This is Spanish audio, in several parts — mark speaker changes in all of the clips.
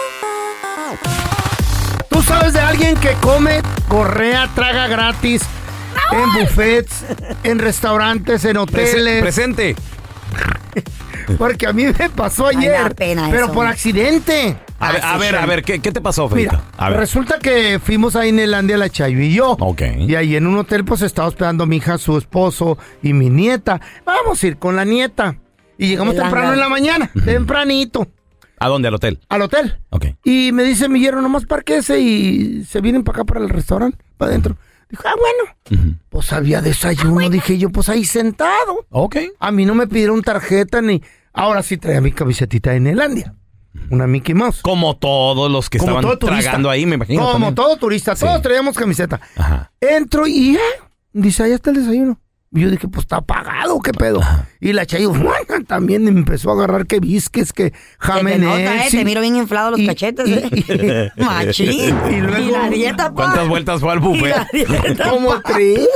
Speaker 1: ¿Tú sabes de alguien que come, correa, traga gratis en buffets, en restaurantes, en hoteles?
Speaker 2: presente.
Speaker 1: Porque a mí me pasó
Speaker 3: Ay,
Speaker 1: ayer,
Speaker 3: da pena
Speaker 1: pero
Speaker 3: eso.
Speaker 1: por accidente.
Speaker 2: A ver, a ver, a ver, ¿qué, qué te pasó, Feita?
Speaker 1: Mira,
Speaker 2: a ver.
Speaker 1: resulta que fuimos a Inelandia, la Chayo y yo.
Speaker 2: Ok.
Speaker 1: Y ahí en un hotel, pues estaba hospedando mi hija, su esposo y mi nieta. Vamos a ir con la nieta. Y llegamos
Speaker 3: El
Speaker 1: temprano
Speaker 3: hangar.
Speaker 1: en la mañana, tempranito,
Speaker 2: ¿A dónde? ¿Al hotel?
Speaker 1: al hotel.
Speaker 2: Ok.
Speaker 1: Y me dice mi hierro, nomás parquese y se vienen para acá, para el restaurante, para adentro. Dijo, ah, bueno. Pues había desayuno, dije yo, pues ahí sentado.
Speaker 2: Ok.
Speaker 1: A mí no me pidieron tarjeta ni... Ahora sí traía mi camisetita de Nelandia. Una Mickey Mouse.
Speaker 2: Como todos los Pues que estaban
Speaker 1: todo turista.
Speaker 2: tragando ahí, me imagino.
Speaker 1: Como
Speaker 2: también.
Speaker 1: todo turista, todos
Speaker 2: Sí.
Speaker 1: traíamos camiseta.
Speaker 2: Ajá.
Speaker 1: Entro y ah, dice, ahí está el desayuno. Y yo dije, pues está apagado, qué pedo. Y la Chayo también empezó a agarrar que bisques, que
Speaker 3: Se
Speaker 1: jamen
Speaker 3: te nota, eh,
Speaker 1: sí.
Speaker 3: te miro bien inflado los
Speaker 1: Y-
Speaker 3: cachetes,
Speaker 1: y-
Speaker 3: eh.
Speaker 1: y-
Speaker 3: Machín.
Speaker 1: y luego-
Speaker 3: la dieta, pa.
Speaker 2: ¿Cuántas vueltas fue al
Speaker 3: Y
Speaker 2: buffet?
Speaker 3: la dieta,
Speaker 1: ¿Cómo
Speaker 3: pa.
Speaker 1: crees?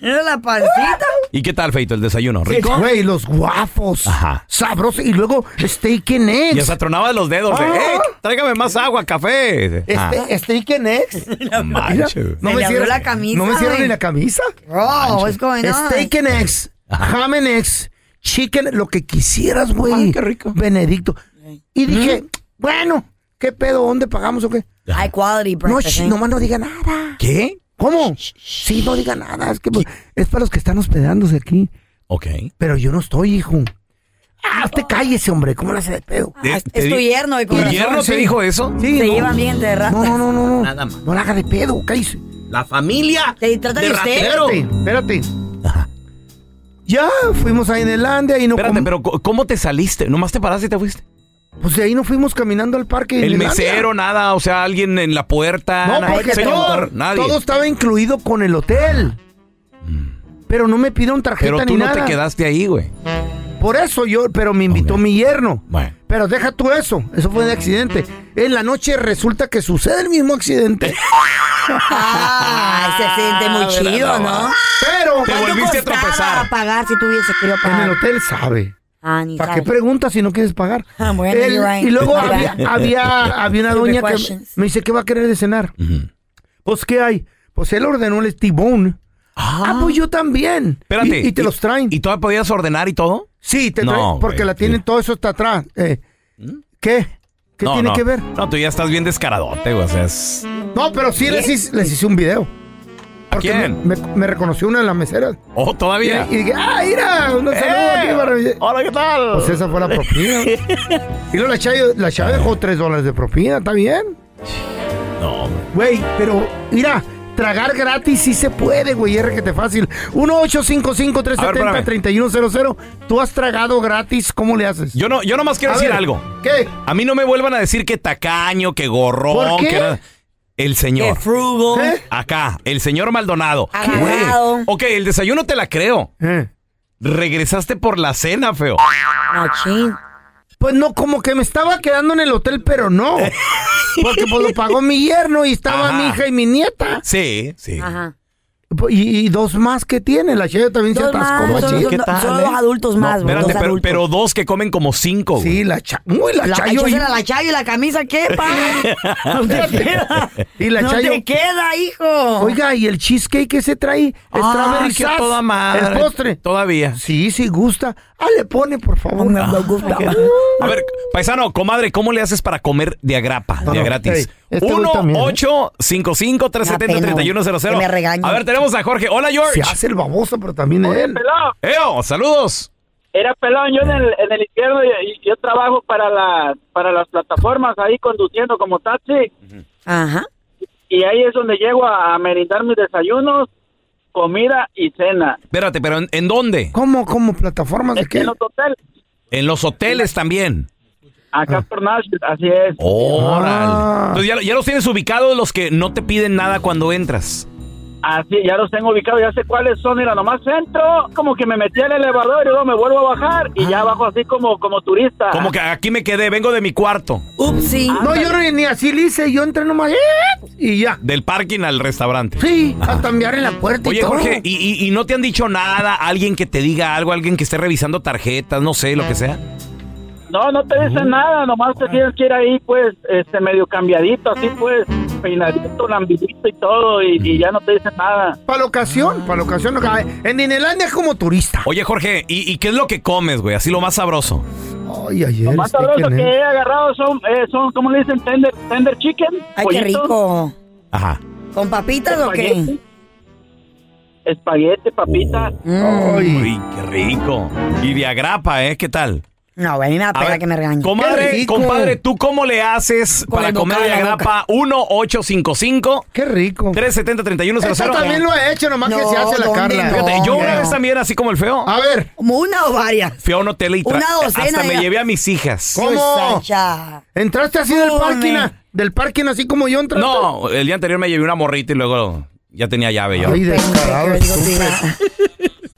Speaker 3: Mira la pancita.
Speaker 2: ¿Y qué tal, Feito, el desayuno? ¿Rico?
Speaker 1: Güey, los guafos.
Speaker 2: Ajá.
Speaker 1: Sabrosos. Y luego, steak and
Speaker 2: Y
Speaker 1: eggs.
Speaker 2: hasta tronaba de los dedos. de,
Speaker 1: Ah.
Speaker 2: "Eh, tráigame más agua, café. Ah,
Speaker 1: Este, steak and eggs. Mira,
Speaker 2: manches.
Speaker 3: Se le abrió la camisa,
Speaker 1: No me cierran ni
Speaker 3: güey.
Speaker 1: la camisa.
Speaker 3: Oh, what's going on?
Speaker 1: Steak and eggs, ham and eggs, chicken, lo que quisieras, güey.
Speaker 2: Ah, qué rico.
Speaker 1: Benedicto. Y dije, bueno, ¿qué pedo? ¿Dónde pagamos o qué?
Speaker 3: High quality
Speaker 1: No,
Speaker 3: breakfast.
Speaker 1: shh,
Speaker 3: eh.
Speaker 1: nomás no diga nada.
Speaker 2: ¿Qué?
Speaker 1: ¿Cómo? Sí, no diga nada. Es que pues, es para los que están hospedándose aquí.
Speaker 2: Ok.
Speaker 1: Pero yo no estoy, hijo. Ah, usted
Speaker 3: Oh.
Speaker 1: cállese, hombre. ¿Cómo le hace de pedo?
Speaker 3: Ah, es- es tu yerno, y
Speaker 2: ¿Tu
Speaker 3: con razón,
Speaker 2: yerno
Speaker 1: sí.
Speaker 2: te dijo eso?
Speaker 1: Sí,
Speaker 3: Se
Speaker 1: no.
Speaker 3: llevan bien de rato.
Speaker 1: No, no, no, no.
Speaker 4: Nada
Speaker 1: No,
Speaker 4: más.
Speaker 1: no la haga de pedo, cállese.
Speaker 4: La familia.
Speaker 3: ¿Te trata de usted?
Speaker 1: espérate. Ya, fuimos a Inelandia y no
Speaker 2: Espérate,
Speaker 1: com-
Speaker 2: pero co- ¿cómo te saliste? ¿Nomás te paraste y te fuiste?
Speaker 1: Pues de ahí nos fuimos caminando al parque. de
Speaker 2: El
Speaker 1: Disneylandia.
Speaker 2: mesero, nada, o sea, alguien en la puerta.
Speaker 1: No,
Speaker 2: nada.
Speaker 1: porque
Speaker 2: Señor,
Speaker 1: todo,
Speaker 2: nadie. Mm.
Speaker 1: todo estaba incluido con el hotel. Pero no me pidieron tarjeta
Speaker 2: Pero
Speaker 1: ni
Speaker 2: tú no
Speaker 1: nada.
Speaker 2: te quedaste ahí, güey.
Speaker 1: Por eso yo, pero me invitó
Speaker 2: Ok.
Speaker 1: mi yerno.
Speaker 2: Bueno.
Speaker 1: Pero deja tú eso, eso fue de accidente. En la noche resulta que sucede el mismo accidente.
Speaker 3: Ay, se siente muy chido, ¿no?
Speaker 1: Ah, Pero
Speaker 2: Te
Speaker 3: ¿Cuánto
Speaker 2: volviste a
Speaker 3: costaba
Speaker 2: tropezar.
Speaker 3: pagar si tuviese querido
Speaker 1: en el
Speaker 3: pagar?
Speaker 1: hotel sabe.
Speaker 3: Ah, ni
Speaker 1: ¿Para
Speaker 3: sabe.
Speaker 1: qué preguntas si no quieres pagar?
Speaker 3: Ah, bueno,
Speaker 1: El-
Speaker 3: you're right.
Speaker 1: Y luego
Speaker 3: You're
Speaker 1: había,
Speaker 3: right.
Speaker 1: había- había una
Speaker 3: Stupid
Speaker 1: doña que
Speaker 3: questions.
Speaker 1: me dice, ¿qué va a querer de cenar? Pues, ¿qué hay? Pues él ordenó el T-Bone. Ah, pues yo también.
Speaker 2: Espérate.
Speaker 1: Y, y te los traen.
Speaker 2: ¿Y todavía podías ordenar y todo?
Speaker 1: sí, te traen,
Speaker 2: No,
Speaker 1: porque
Speaker 2: güey,
Speaker 1: la tienen,
Speaker 2: sí. ¿Mm?
Speaker 1: todo eso está atrás. Eh, ¿Qué? ¿Qué
Speaker 2: No,
Speaker 1: tiene
Speaker 2: no.
Speaker 1: que ver?
Speaker 2: No, tú ya estás bien descaradote, güey. O sea, es...
Speaker 1: No, pero sí les hice, les hice un video. Porque
Speaker 2: quién?
Speaker 1: Me, me- me reconoció una de las meseras.
Speaker 2: Oh, todavía. ¡Eh!
Speaker 1: Y dije, ah, mira, un saludo aquí para mi-".
Speaker 2: Hola, ¿qué tal?
Speaker 1: Pues esa fue la propina. y luego la Chayo, la Chayo dejó tres dólares de propina, ¿está bien?
Speaker 2: No, hombre.
Speaker 1: Güey, pero mira, tragar gratis sí se puede, güey, es requete fácil. 1-855-370-3100. Tú has tragado gratis, ¿cómo le haces?
Speaker 2: Yo, no, yo nomás quiero
Speaker 1: A
Speaker 2: decir
Speaker 1: ver,
Speaker 2: algo.
Speaker 1: ¿Qué?
Speaker 2: A mí no me vuelvan a decir que tacaño, que gorrón,
Speaker 1: ¿Por qué?
Speaker 2: que nada. El
Speaker 3: Qué
Speaker 2: señor.
Speaker 3: frugal.
Speaker 1: ¿Eh?
Speaker 2: Acá, el señor Maldonado.
Speaker 3: Agarrado.
Speaker 2: Güey, Ok, el desayuno te la creo.
Speaker 1: Eh.
Speaker 2: Regresaste por la cena, feo.
Speaker 3: Machín.
Speaker 1: Pues no, como que me estaba quedando en el hotel, pero no. Porque pues lo pagó mi yerno y estaba
Speaker 2: Ajá.
Speaker 1: mi hija y mi nieta.
Speaker 2: Sí, sí.
Speaker 3: Ajá.
Speaker 1: Y, y dos más que tiene, la Chayo también se
Speaker 3: Dos
Speaker 1: atascó,
Speaker 3: más,
Speaker 1: machín.
Speaker 3: solo,
Speaker 2: ¿Qué
Speaker 3: no-
Speaker 2: tal,
Speaker 3: solo
Speaker 2: eh?
Speaker 3: los adultos
Speaker 2: No,
Speaker 3: más, güey,
Speaker 2: espérate,
Speaker 3: los
Speaker 2: pero,
Speaker 3: adultos.
Speaker 2: pero dos que comen como cinco, güey.
Speaker 1: Sí, la Chayo. Uy, la,
Speaker 3: la,
Speaker 1: Chayo.
Speaker 3: esa
Speaker 1: y-
Speaker 3: era la Chayo y la camisa, ¿qué, pa? No te queda.
Speaker 1: Y la
Speaker 3: no
Speaker 1: Chayo.
Speaker 3: te queda, hijo.
Speaker 1: Oiga, ¿y el cheesecake que se trae?
Speaker 2: Ah,
Speaker 1: Strawberry
Speaker 2: que
Speaker 1: sauce,
Speaker 2: toda madre.
Speaker 1: El postre.
Speaker 2: Todavía.
Speaker 1: Sí, sí, gusta. Ah, le pone, por favor.
Speaker 3: No me gusta.
Speaker 2: A ver, paisano, comadre, ¿cómo le haces para comer de agrapa,
Speaker 1: No,
Speaker 2: de
Speaker 1: no,
Speaker 2: a gratis?
Speaker 1: ey, este güey
Speaker 2: 1
Speaker 1: también, ¿eh?
Speaker 2: 8 55 370
Speaker 3: Que me
Speaker 2: 3100
Speaker 3: regañe.
Speaker 2: A ver, tenemos a Jorge. Hola, George.
Speaker 1: Se hace el baboso, pero también él.
Speaker 2: Eo, saludos.
Speaker 5: Era pelón, yo en el, en el izquierdo, y- y yo, trabajo para, la, para las plataformas ahí conduciendo como taxi
Speaker 3: Ajá.
Speaker 5: y ahí es donde llego a, a merendar mis desayunos, comida y cena.
Speaker 2: Espérate, pero ¿en, en dónde?
Speaker 1: ¿Cómo, cómo? ¿Plataformas de qué?
Speaker 5: En los hoteles,
Speaker 2: En los hoteles también.
Speaker 5: acá por Nashville, así es.
Speaker 2: Órale.
Speaker 1: Ah.
Speaker 2: Entonces ya, ya los tienes ubicados los que no te piden nada cuando entras.
Speaker 5: Así, ya los tengo ubicados, ya sé cuáles son, mira, nomás entro, como que me metí al elevador y luego me vuelvo a bajar y ya bajo así como, como turista. Ah,
Speaker 2: Como que aquí me quedé, vengo de mi cuarto,
Speaker 3: Upsi.
Speaker 1: No, yo no- ni así le hice. Yo entré nomás. ¡eh! Y ya.
Speaker 2: del parking al restaurante.
Speaker 1: Sí, hasta enviar en la puerta y
Speaker 2: Oye,
Speaker 1: todo.
Speaker 2: Jorge, ¿y, y, y no te han dicho nada? ¿Alguien que te diga algo? ¿Alguien que esté revisando tarjetas? No sé, lo que sea.
Speaker 5: No, no te dicen nada, nomás te tienes que ir ahí, pues, este, medio cambiadito, así, pues, peinadito, lambidito y todo, y, y ya no te dicen nada.
Speaker 1: Para la ocasión, para la ocasión. Ah, En Dinelandia es como turista.
Speaker 2: Oye, Jorge, ¿y, y qué es lo que comes, güey? Así lo más sabroso.
Speaker 1: Ay, ayer.
Speaker 5: Lo más
Speaker 1: este,
Speaker 5: sabroso
Speaker 1: ¿quién
Speaker 5: que
Speaker 1: es?
Speaker 5: he agarrado son, eh, son ¿cómo le dicen? Tender, tender chicken.
Speaker 3: Ay, qué
Speaker 5: pollitos,
Speaker 3: rico.
Speaker 2: Ajá.
Speaker 3: ¿Con papitas o qué?
Speaker 5: Espagueti, espagueti, papita.
Speaker 1: Ay,
Speaker 2: Uy, qué rico. Y de agrapa, ¿eh? ¿Qué tal?
Speaker 3: No, güey, a mí me da
Speaker 2: A
Speaker 3: pena
Speaker 2: ver,
Speaker 3: que me regañen.
Speaker 1: Qué
Speaker 2: Comadre,
Speaker 1: rico.
Speaker 2: compadre, ¿tú cómo le haces
Speaker 3: Con
Speaker 2: para
Speaker 3: el
Speaker 2: comer de
Speaker 3: bocal, la
Speaker 2: agrapa? 1-855.
Speaker 1: qué rico.
Speaker 2: 370-3100.
Speaker 1: Eso también lo he hecho, nomás que
Speaker 3: No,
Speaker 1: se hace la
Speaker 3: ¿dónde
Speaker 1: Carla.
Speaker 3: no?
Speaker 2: Fíjate, yo
Speaker 3: hombre,
Speaker 2: una
Speaker 3: no.
Speaker 2: vez también, así como el feo,
Speaker 1: A ver,
Speaker 3: Como una o varias.
Speaker 2: fui a un hotel y tra-
Speaker 3: Una docena
Speaker 2: hasta me
Speaker 3: ya.
Speaker 2: llevé a mis hijas.
Speaker 1: ¿Cómo?
Speaker 3: Pues, Sacha.
Speaker 1: entraste así del
Speaker 3: Hombre.
Speaker 1: parking, ah, del parking así como yo entré.
Speaker 2: No, el día anterior me llevé una morrita y luego ya tenía llave yo.
Speaker 1: Ay, descarado,
Speaker 3: Pendejo, digo,
Speaker 1: estúpido.
Speaker 3: sí, va.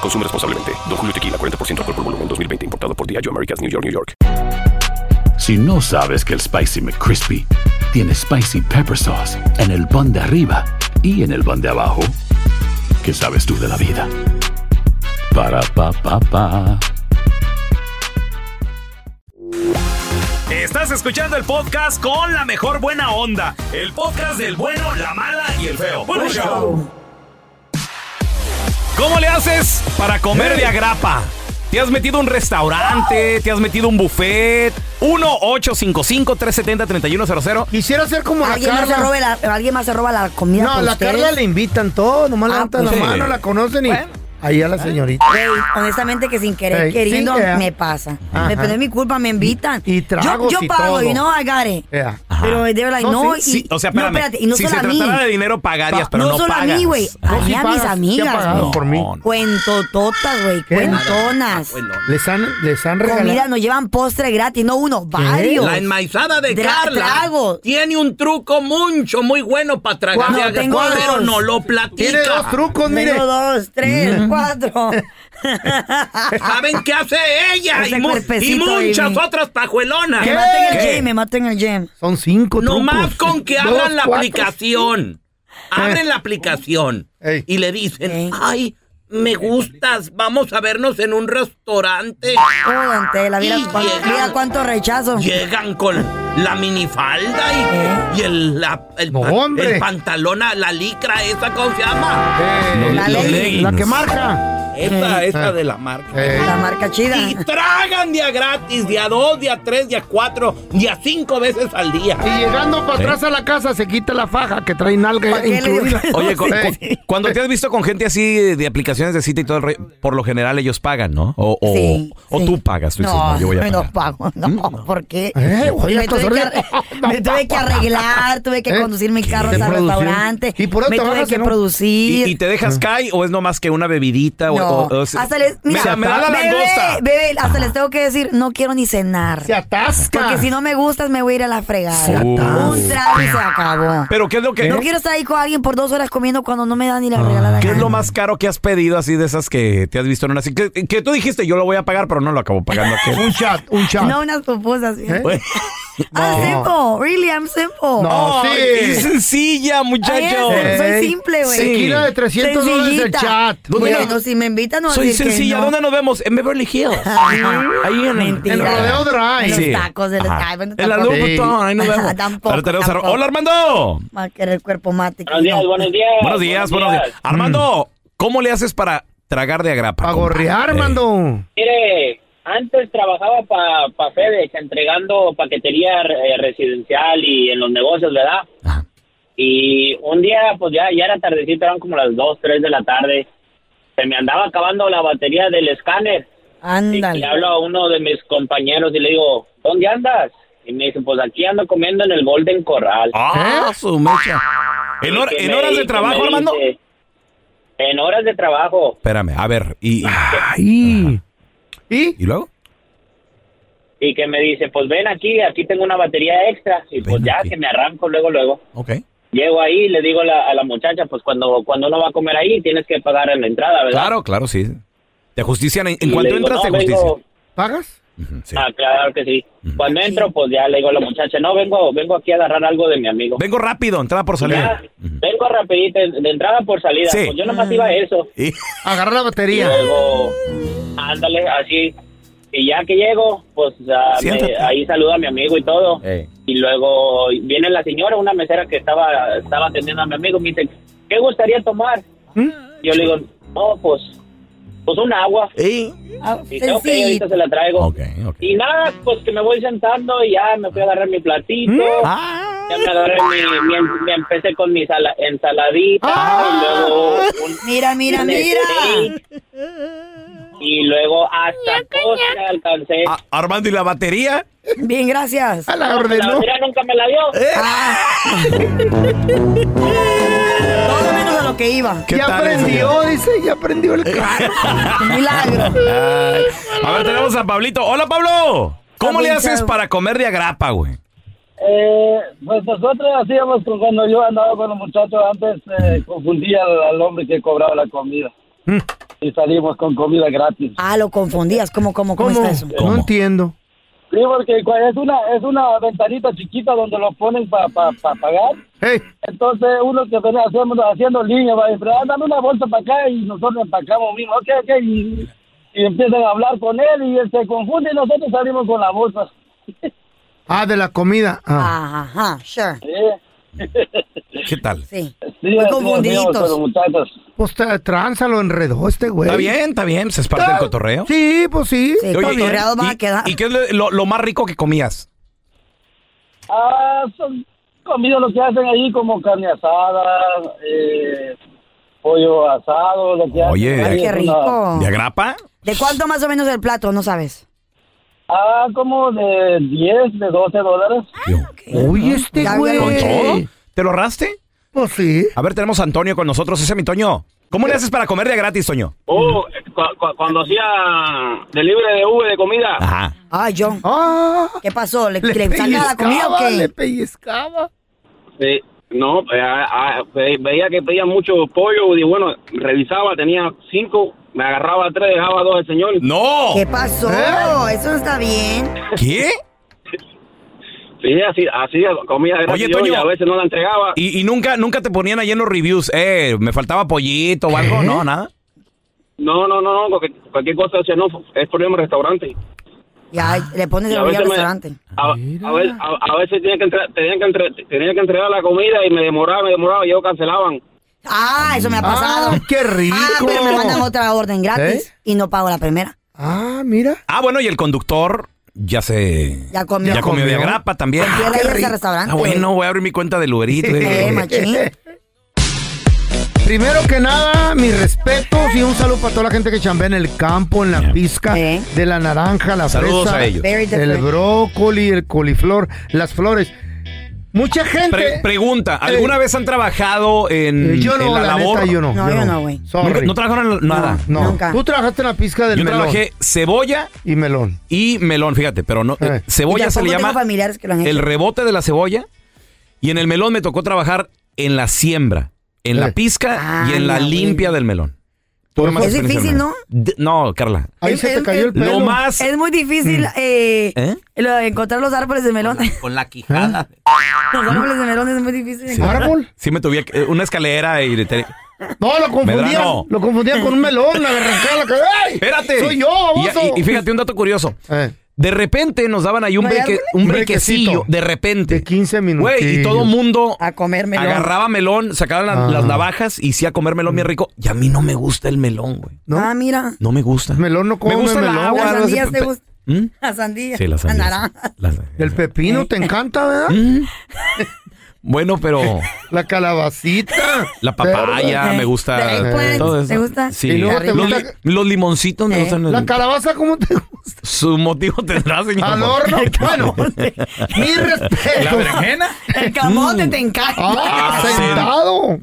Speaker 6: Consume responsablemente. Don Julio Tequila, 40% alcohol por volumen, 2020. Importado por Diageo Americas, New York, New York.
Speaker 7: Si no sabes que el Spicy McCrispy tiene Spicy Pepper Sauce en el pan de arriba y en el pan de abajo, ¿qué sabes tú de la vida? Para, pa, pa, pa.
Speaker 2: Estás escuchando el podcast con la mejor buena onda. El podcast del bueno, la mala y el feo. Bueno, show. ¿Cómo le haces para comer de agrapa? ¿Te has metido a un restaurante? ¿Te has metido a un buffet? 1-855-370-3100.
Speaker 1: Quisiera ser como la
Speaker 3: Alguien más, se
Speaker 1: Carla.
Speaker 3: roba la, alguien más se roba la comida.
Speaker 1: No,
Speaker 3: por
Speaker 1: la
Speaker 3: ustedes.
Speaker 1: Carla le invitan todo, nomás levantan
Speaker 3: pues
Speaker 1: la
Speaker 3: sí.
Speaker 1: mano, la conocen y ahí a la señorita.
Speaker 3: Ey, honestamente que sin querer,
Speaker 1: Ey,
Speaker 3: queriendo,
Speaker 1: sí, yeah.
Speaker 3: me pasa.
Speaker 1: Ajá.
Speaker 3: Me- Pero es mi culpa, me invitan.
Speaker 1: Y
Speaker 3: yo,
Speaker 1: tragos
Speaker 3: yo
Speaker 1: y
Speaker 3: pago,
Speaker 1: todo.
Speaker 3: y no, I got it.
Speaker 1: Yeah.
Speaker 3: Pero they were like, no, y,
Speaker 2: Sí, o sea, espérame.
Speaker 3: no, espérate, y no
Speaker 2: si
Speaker 3: solo
Speaker 2: se
Speaker 3: a mí.
Speaker 2: tratara de dinero, pagarías, pero
Speaker 3: no,
Speaker 2: no,
Speaker 3: solo
Speaker 2: pagas.
Speaker 3: a mí, güey.
Speaker 2: No,
Speaker 3: a mí,
Speaker 2: sí
Speaker 3: a mis
Speaker 2: pagas.
Speaker 1: ¿Qué ha
Speaker 3: amigas.
Speaker 1: pagado
Speaker 3: güey.
Speaker 1: por mí?
Speaker 3: Cuentototas, güey.
Speaker 1: ¿Qué?
Speaker 3: Cuentonas.
Speaker 1: Les han, les han regalado.
Speaker 3: Comida, nos llevan postre gratis, no uno, varios.
Speaker 5: La enmaizada de
Speaker 3: Dra-
Speaker 5: Carla
Speaker 3: Tragos.
Speaker 5: tiene un truco mucho muy bueno para tragar,
Speaker 3: ¿Cuál?
Speaker 5: de
Speaker 3: Tengo
Speaker 5: aguacate, pero
Speaker 3: dos.
Speaker 5: no lo platica.
Speaker 1: Tiene dos trucos, mire. Mm.
Speaker 3: Uno, dos, tres, cuatro.
Speaker 5: ¿Saben qué hace ella?
Speaker 3: Ese
Speaker 5: Y, mu- y
Speaker 3: cuerpecito,
Speaker 5: muchas
Speaker 3: Amy.
Speaker 5: otras pajuelonas.
Speaker 3: Me maté en el gym, me maté en el gym.
Speaker 1: Son cinco trucos.
Speaker 5: Nomás con que
Speaker 1: pues, Dos,
Speaker 5: abran la
Speaker 1: cuatro, Eh.
Speaker 5: aplicación. Abren la aplicación y le dicen, ay, me gustas, vamos a vernos en un restaurante.
Speaker 3: Oh, don Tela, mira,
Speaker 5: Y
Speaker 3: cuán-
Speaker 5: llegan-
Speaker 3: mira cuánto rechazo.
Speaker 5: Llegan con la minifalda y, y el, la- el, pa-
Speaker 1: hombre.
Speaker 5: el pantalón, a la licra esa, ¿cómo se llama?
Speaker 1: Eh,
Speaker 5: Los-
Speaker 1: la,
Speaker 5: los leggings.
Speaker 1: la que marca.
Speaker 5: Esa, esa
Speaker 1: Eh.
Speaker 5: de la marca.
Speaker 1: Eh.
Speaker 3: La marca chida.
Speaker 5: Y tragan día gratis, día dos, día tres, día cuatro, día cinco veces al día.
Speaker 1: Y llegando
Speaker 5: ¿Eh?
Speaker 1: para atrás a la casa se quita la faja que trae
Speaker 3: ¿Para
Speaker 1: nalga
Speaker 3: qué le-
Speaker 1: incluida.
Speaker 2: Oye, cu-
Speaker 1: Eh,
Speaker 2: cu- cuando te has visto con gente así de, de aplicaciones de cita y todo el rollo, por lo general ellos pagan, ¿no? O, o,
Speaker 3: Sí,
Speaker 2: o
Speaker 3: sí.
Speaker 2: tú pagas. Tú dices,
Speaker 3: No,
Speaker 2: no, yo voy a pagar.
Speaker 3: no pago, no, ¿por qué?
Speaker 1: Eh, oye,
Speaker 3: me,
Speaker 1: estos
Speaker 3: tuve que,
Speaker 1: horribles.
Speaker 3: arre- me tuve que arreglar, tuve que
Speaker 1: Eh,
Speaker 3: conducir mi carro
Speaker 1: de
Speaker 3: hasta el
Speaker 1: producción.
Speaker 3: restaurante,
Speaker 1: Y por eso
Speaker 3: me
Speaker 1: te
Speaker 3: tuve
Speaker 1: bajas
Speaker 3: que
Speaker 1: en un-
Speaker 3: producir.
Speaker 2: ¿Y, y te dejas caer o es nomás que una bebidita? O,
Speaker 3: no,
Speaker 2: o- o es-
Speaker 3: hasta les,
Speaker 2: me,
Speaker 3: mira,
Speaker 2: me da la
Speaker 3: bebé,
Speaker 2: langosta.
Speaker 3: bebé, hasta les tengo que decir, no quiero ni cenar.
Speaker 1: Se atasca.
Speaker 3: Porque si no me gustas, me voy a ir a la fregada. Un trago y se acabó.
Speaker 2: Pero ¿qué es lo que
Speaker 3: No quiero estar ahí con alguien por dos horas comiendo cuando no me dan ni la regalada.
Speaker 2: ¿Qué es
Speaker 3: gana.
Speaker 2: lo más caro que has pedido así de esas que te has visto en una cita? Que, que tú dijiste, yo lo voy a pagar, pero no lo acabo pagando. aquel.
Speaker 1: Un chat, un chat.
Speaker 3: No, unas pupusas.
Speaker 2: Güey.
Speaker 3: I'm simple, really, I'm simple.
Speaker 1: No, sí.
Speaker 2: Es sencilla, muchacho.
Speaker 3: Ay, es-
Speaker 1: Ey,
Speaker 3: soy simple, güey.
Speaker 1: Tequila de 300 dólares el
Speaker 3: Sencillita.
Speaker 1: chat.
Speaker 3: Bueno,
Speaker 1: Mira,
Speaker 3: no, si me invitan, no voy a
Speaker 2: Soy
Speaker 3: decir que
Speaker 2: sencilla.
Speaker 3: no.
Speaker 2: ¿Dónde nos vemos? En Beverly Hills. Ahí en,
Speaker 3: Mentira.
Speaker 1: En Rodeo
Speaker 3: En
Speaker 1: Drive.
Speaker 3: los
Speaker 2: Sí.
Speaker 3: tacos de los
Speaker 2: Ajá.
Speaker 3: tacos.
Speaker 2: En la
Speaker 3: tampoco.
Speaker 2: Louboutin, ahí nos vemos.
Speaker 3: Tampoco,
Speaker 2: Ahora tenemos a Ro-
Speaker 3: tampoco.
Speaker 2: Hola, Armando.
Speaker 3: Va a querer cuerpo mate.
Speaker 8: Buenos días, buenos días.
Speaker 2: Buenos días, buenos días. Armando, ¿cómo le haces para tragar de agrapa?
Speaker 1: Para
Speaker 2: compa?
Speaker 1: gorrear,
Speaker 2: Eh,
Speaker 1: mando.
Speaker 8: Mire, antes trabajaba para pa FedEx entregando paquetería eh, residencial y en los negocios, ¿verdad? Y un día, pues ya, ya era tardecito, eran como las 2, 3 de la tarde. Se me andaba acabando la batería del escáner. Y le
Speaker 3: Ándale.
Speaker 8: hablo a uno de mis compañeros y le digo, ¿dónde andas? Y me dice, pues aquí ando comiendo en el Golden Corral.
Speaker 2: Ah, su mecha. ¿En, hor-
Speaker 8: Y que
Speaker 2: en
Speaker 8: me
Speaker 2: horas de
Speaker 8: dice- me
Speaker 2: trabajo,
Speaker 8: dice,
Speaker 2: Armando?
Speaker 8: En horas de trabajo.
Speaker 2: Espérame, a ver. ¿Y, y,
Speaker 1: Ay. ¿Y?
Speaker 2: y luego?
Speaker 8: y que me dice, pues ven aquí, aquí tengo una batería extra, y pues
Speaker 2: Ven
Speaker 8: ya
Speaker 2: aquí.
Speaker 8: que me arranco luego, luego.
Speaker 2: Ok.
Speaker 8: Llego ahí y le digo a la, a la muchacha, pues cuando, cuando uno va a comer ahí, tienes que pagar en la entrada, ¿verdad?
Speaker 2: Claro, claro, sí. Te justician. En, en
Speaker 8: Y
Speaker 2: cuanto
Speaker 8: le digo,
Speaker 2: entras, te
Speaker 8: "No, vengo-
Speaker 2: justician.
Speaker 1: ¿Pagas?
Speaker 2: Ujú, sí.
Speaker 8: Ah, claro que sí. Cuando entro, pues ya le digo a la muchacha, no, vengo, vengo aquí a agarrar algo de mi amigo.
Speaker 2: Vengo rápido, entrada por
Speaker 8: Ya,
Speaker 2: salida.
Speaker 8: vengo rapidito, de entrada por salida.
Speaker 2: Sí.
Speaker 8: Pues yo nomás iba a eso.
Speaker 2: Y-
Speaker 1: Agarra la
Speaker 8: Y
Speaker 1: batería.
Speaker 8: luego, ándale, así. Y ya que llego, pues ah, me-
Speaker 2: Siéntate.
Speaker 8: ahí saluda a mi amigo y todo.
Speaker 2: Ey.
Speaker 8: Y luego viene la señora, una mesera que estaba, estaba atendiendo a mi amigo, me dice, ¿qué gustaría tomar? Yo le digo, no, pues, pues un agua.
Speaker 3: Ah,
Speaker 8: Y dice, ok, ahorita
Speaker 3: Sencillito.
Speaker 8: se la traigo.
Speaker 2: Ok, ok.
Speaker 8: Y nada, pues que me voy sentando y ya me fui a agarrar mi platito.
Speaker 2: Ah,
Speaker 8: Ya me agarré mi, mi em- me empecé con mi sala- ensaladita y luego un,
Speaker 3: Mira, mira,
Speaker 8: un
Speaker 3: mira.
Speaker 8: steak. Y luego ah, hasta postre alcancé.
Speaker 2: a- Armando, ¿y la batería?
Speaker 3: Bien, gracias. Ah,
Speaker 1: A la ¿Eh?
Speaker 8: La
Speaker 1: ordenó.
Speaker 8: batería nunca me la dio.
Speaker 3: Todo menos a lo que iba.
Speaker 2: ¿Qué
Speaker 1: ya
Speaker 2: tal, Eh,
Speaker 1: aprendió, dice, ya aprendió el carro.
Speaker 3: Un milagro.
Speaker 2: Ay. A ver, tenemos a Pablito. Hola, Pablo. ¿Cómo le
Speaker 3: Pablito.
Speaker 2: haces para comer de agrapa, güey?
Speaker 8: Eh, pues nosotros hacíamos con- cuando yo andaba con los muchachos antes, eh, confundía al, al hombre que cobraba la comida.
Speaker 1: Mm.
Speaker 8: Y salimos con comida gratis.
Speaker 3: Ah, lo confundías. ¿Cómo, cómo, cómo,
Speaker 1: ¿Cómo?
Speaker 3: está eso?
Speaker 1: No entiendo.
Speaker 8: Sí, porque cu- es una, es una ventanita chiquita donde los ponen para pagar.
Speaker 1: Hey,
Speaker 8: Entonces uno que venía haciendo, haciendo línea, va a decir, "Ah, dame una bolsa para acá y nosotros empacamos mismo, ok, ok. Y, y empiezan a hablar con él y él se confunde y nosotros salimos con la bolsa.
Speaker 1: ah, de la comida. Ah.
Speaker 3: Ajá, sure.
Speaker 8: Eh,
Speaker 2: ¿Qué tal?
Speaker 3: Sí.
Speaker 8: Dios mío, pero muchachos.
Speaker 1: Pues tra- tranza lo enredó este güey.
Speaker 2: Está bien, está bien, pues es parte del cotorreo.
Speaker 1: Sí, pues sí.
Speaker 2: Oye, ¿y, ¿Y qué es lo- lo, lo más rico que comías?
Speaker 8: Ah, son comido lo que hacen ahí como carne asada, eh, pollo asado, lo que hacen. ahí
Speaker 3: qué
Speaker 8: es una-
Speaker 3: rico.
Speaker 2: ¿De agrapa?
Speaker 3: ¿De cuánto más o menos el plato? No sabes.
Speaker 8: Ah, como de 10, de 12 dólares.
Speaker 2: Uy,
Speaker 8: este güey.
Speaker 2: ¿Con todo? ¿Te lo ahorraste?
Speaker 1: Pues sí.
Speaker 2: A ver, tenemos a Antonio con nosotros. Ese es mi Toño. ¿Cómo le haces para comer de gratis, Toño?
Speaker 8: Oh, cu- cu- cuando hacía delivery de V de comida.
Speaker 2: Ajá.
Speaker 3: Ah, John. ¿Qué pasó? ¿Le,
Speaker 8: Le
Speaker 3: le saca la comida o
Speaker 8: pellizcaba,
Speaker 3: qué?
Speaker 8: le Sí, no, eh, ah, ah, ve- veía que pedían mucho pollo. Y bueno, revisaba, tenía cinco, me agarraba tres, dejaba dos el señor.
Speaker 2: ¡No!
Speaker 3: ¿Qué pasó?
Speaker 1: ¿Eh?
Speaker 3: Eso no está bien.
Speaker 2: ¿Qué?
Speaker 8: Sí, así, así comía de
Speaker 2: Oye,
Speaker 8: gratis yo,
Speaker 2: Toño.
Speaker 8: y a veces no la entregaba.
Speaker 2: ¿Y, y nunca, nunca te ponían ahí en los reviews, eh, me faltaba pollito o algo? No, nada.
Speaker 8: No, no, no, no, cualquier, cualquier cosa, o sea, no, es problema del restaurante.
Speaker 3: Ya, le pones
Speaker 8: Y
Speaker 3: el
Speaker 8: a
Speaker 3: rollo al
Speaker 8: veces me-
Speaker 3: restaurante.
Speaker 8: A, a ve- a- a veces tenía que, entrar, tenía, que entre- tenía que entregar la comida y me demoraba, me demoraba, y yo cancelaban.
Speaker 3: Ah, eso me ha pasado.
Speaker 1: ¡Qué rico!
Speaker 3: Ah, pero me mandan otra orden gratis y no pago la primera.
Speaker 1: ¿Eh? Ah, mira.
Speaker 2: Ah, bueno, y el conductor ya se...
Speaker 3: Ya comió.
Speaker 2: Ya comió de agrapa también.
Speaker 3: Ah, qué rico. restaurante.
Speaker 2: Ah, bueno, voy a abrir mi cuenta de Uber Eats, güey.
Speaker 1: Eh, Primero que nada, mis respetos y un saludo para toda la gente que chambea en el campo, en la pizca, de la naranja, la
Speaker 2: Saludos
Speaker 1: fresa,
Speaker 2: a ellos. Very
Speaker 1: el
Speaker 2: different.
Speaker 1: brócoli, el coliflor, las flores. Mucha gente.
Speaker 2: Pre- pregunta, ¿alguna
Speaker 1: Eh.
Speaker 2: vez han trabajado en,
Speaker 1: Eh, yo no,
Speaker 2: Mm, en la,
Speaker 1: la
Speaker 2: labor?
Speaker 1: neta, yo no, No, yo yo no. no, güey. Sorry.
Speaker 2: ¿Nunca- ¿No trabajaron en la- nada?
Speaker 1: No, tú trabajaste en la pizca del
Speaker 2: Yo
Speaker 1: melón.
Speaker 2: trabajé cebolla
Speaker 1: y melón.
Speaker 2: Y melón, fíjate, pero no. eh,
Speaker 3: Y
Speaker 2: cebolla se le
Speaker 3: tampoco tengo
Speaker 2: llama
Speaker 3: familiares que lo han hecho.
Speaker 2: el rebote de la cebolla. Y en el melón me tocó trabajar en la siembra, en
Speaker 1: Eh.
Speaker 2: la pizca y en la
Speaker 3: no, güey.
Speaker 2: limpia del melón.
Speaker 3: Por
Speaker 2: Tuve más
Speaker 3: eso- Es
Speaker 2: experiencia en
Speaker 3: difícil,
Speaker 2: el melón. D- No, Carla.
Speaker 1: Ahí se te cayó el
Speaker 2: Lo
Speaker 1: pelo.
Speaker 2: más-
Speaker 3: Es muy difícil eh,
Speaker 2: ¿Eh?
Speaker 3: lo de encontrar los árboles de melón.
Speaker 9: Con la quijada.
Speaker 3: Los árboles de melón es muy difícil.
Speaker 2: Sí.
Speaker 3: encontrar.
Speaker 2: Sí, me tuve que- eh, una escalera y. te-
Speaker 1: No, lo confundían.
Speaker 2: Medrano.
Speaker 1: Lo confundían con un melón, la arrancaba la cabeza. ¡Ay!
Speaker 2: Espérate.
Speaker 1: Soy yo,
Speaker 2: Y-
Speaker 1: baboso.
Speaker 2: Y, y fíjate un dato curioso. De repente nos daban ahí un,
Speaker 1: ¿No hay
Speaker 2: breque-
Speaker 1: árboles?
Speaker 2: un
Speaker 1: Un
Speaker 2: brequecillo.
Speaker 1: brequecito.
Speaker 2: De repente.
Speaker 1: De 15 minutos.
Speaker 2: Güey, y todo mundo
Speaker 3: a comer melón.
Speaker 2: agarraba melón, sacaban la-
Speaker 1: Ah.
Speaker 2: las navajas y sí a comer melón bien rico. Y a mí no me gusta el melón, güey.
Speaker 3: Ah, mira.
Speaker 2: No me gusta.
Speaker 1: Melón no come
Speaker 2: Me gusta
Speaker 1: melón.
Speaker 2: la agua.
Speaker 3: Las
Speaker 2: no sé,
Speaker 3: sandías te
Speaker 2: pe-
Speaker 3: gustan.
Speaker 2: ¿Mm?
Speaker 3: Las sandías.
Speaker 2: Sí, las sandías.
Speaker 3: naranja.
Speaker 1: El pepino te encanta, ¿verdad?
Speaker 2: Mm. Bueno, pero
Speaker 1: La calabacita.
Speaker 2: la papaya
Speaker 1: Verde.
Speaker 2: me gusta.
Speaker 1: Eggplant,
Speaker 2: todo eso.
Speaker 1: ¿te gusta?
Speaker 2: Sí.
Speaker 1: Y luego te
Speaker 2: los,
Speaker 1: gusta- Eh,
Speaker 2: li- los limoncitos me gustan.
Speaker 1: La calabaza, ¿cómo te
Speaker 2: Su motivo tendrá, señor.
Speaker 1: Al horno. Bueno, mi respeto.
Speaker 2: ¿La berenjena?
Speaker 3: El
Speaker 2: Mm.
Speaker 3: camote te encanta.
Speaker 1: Ah, sentado.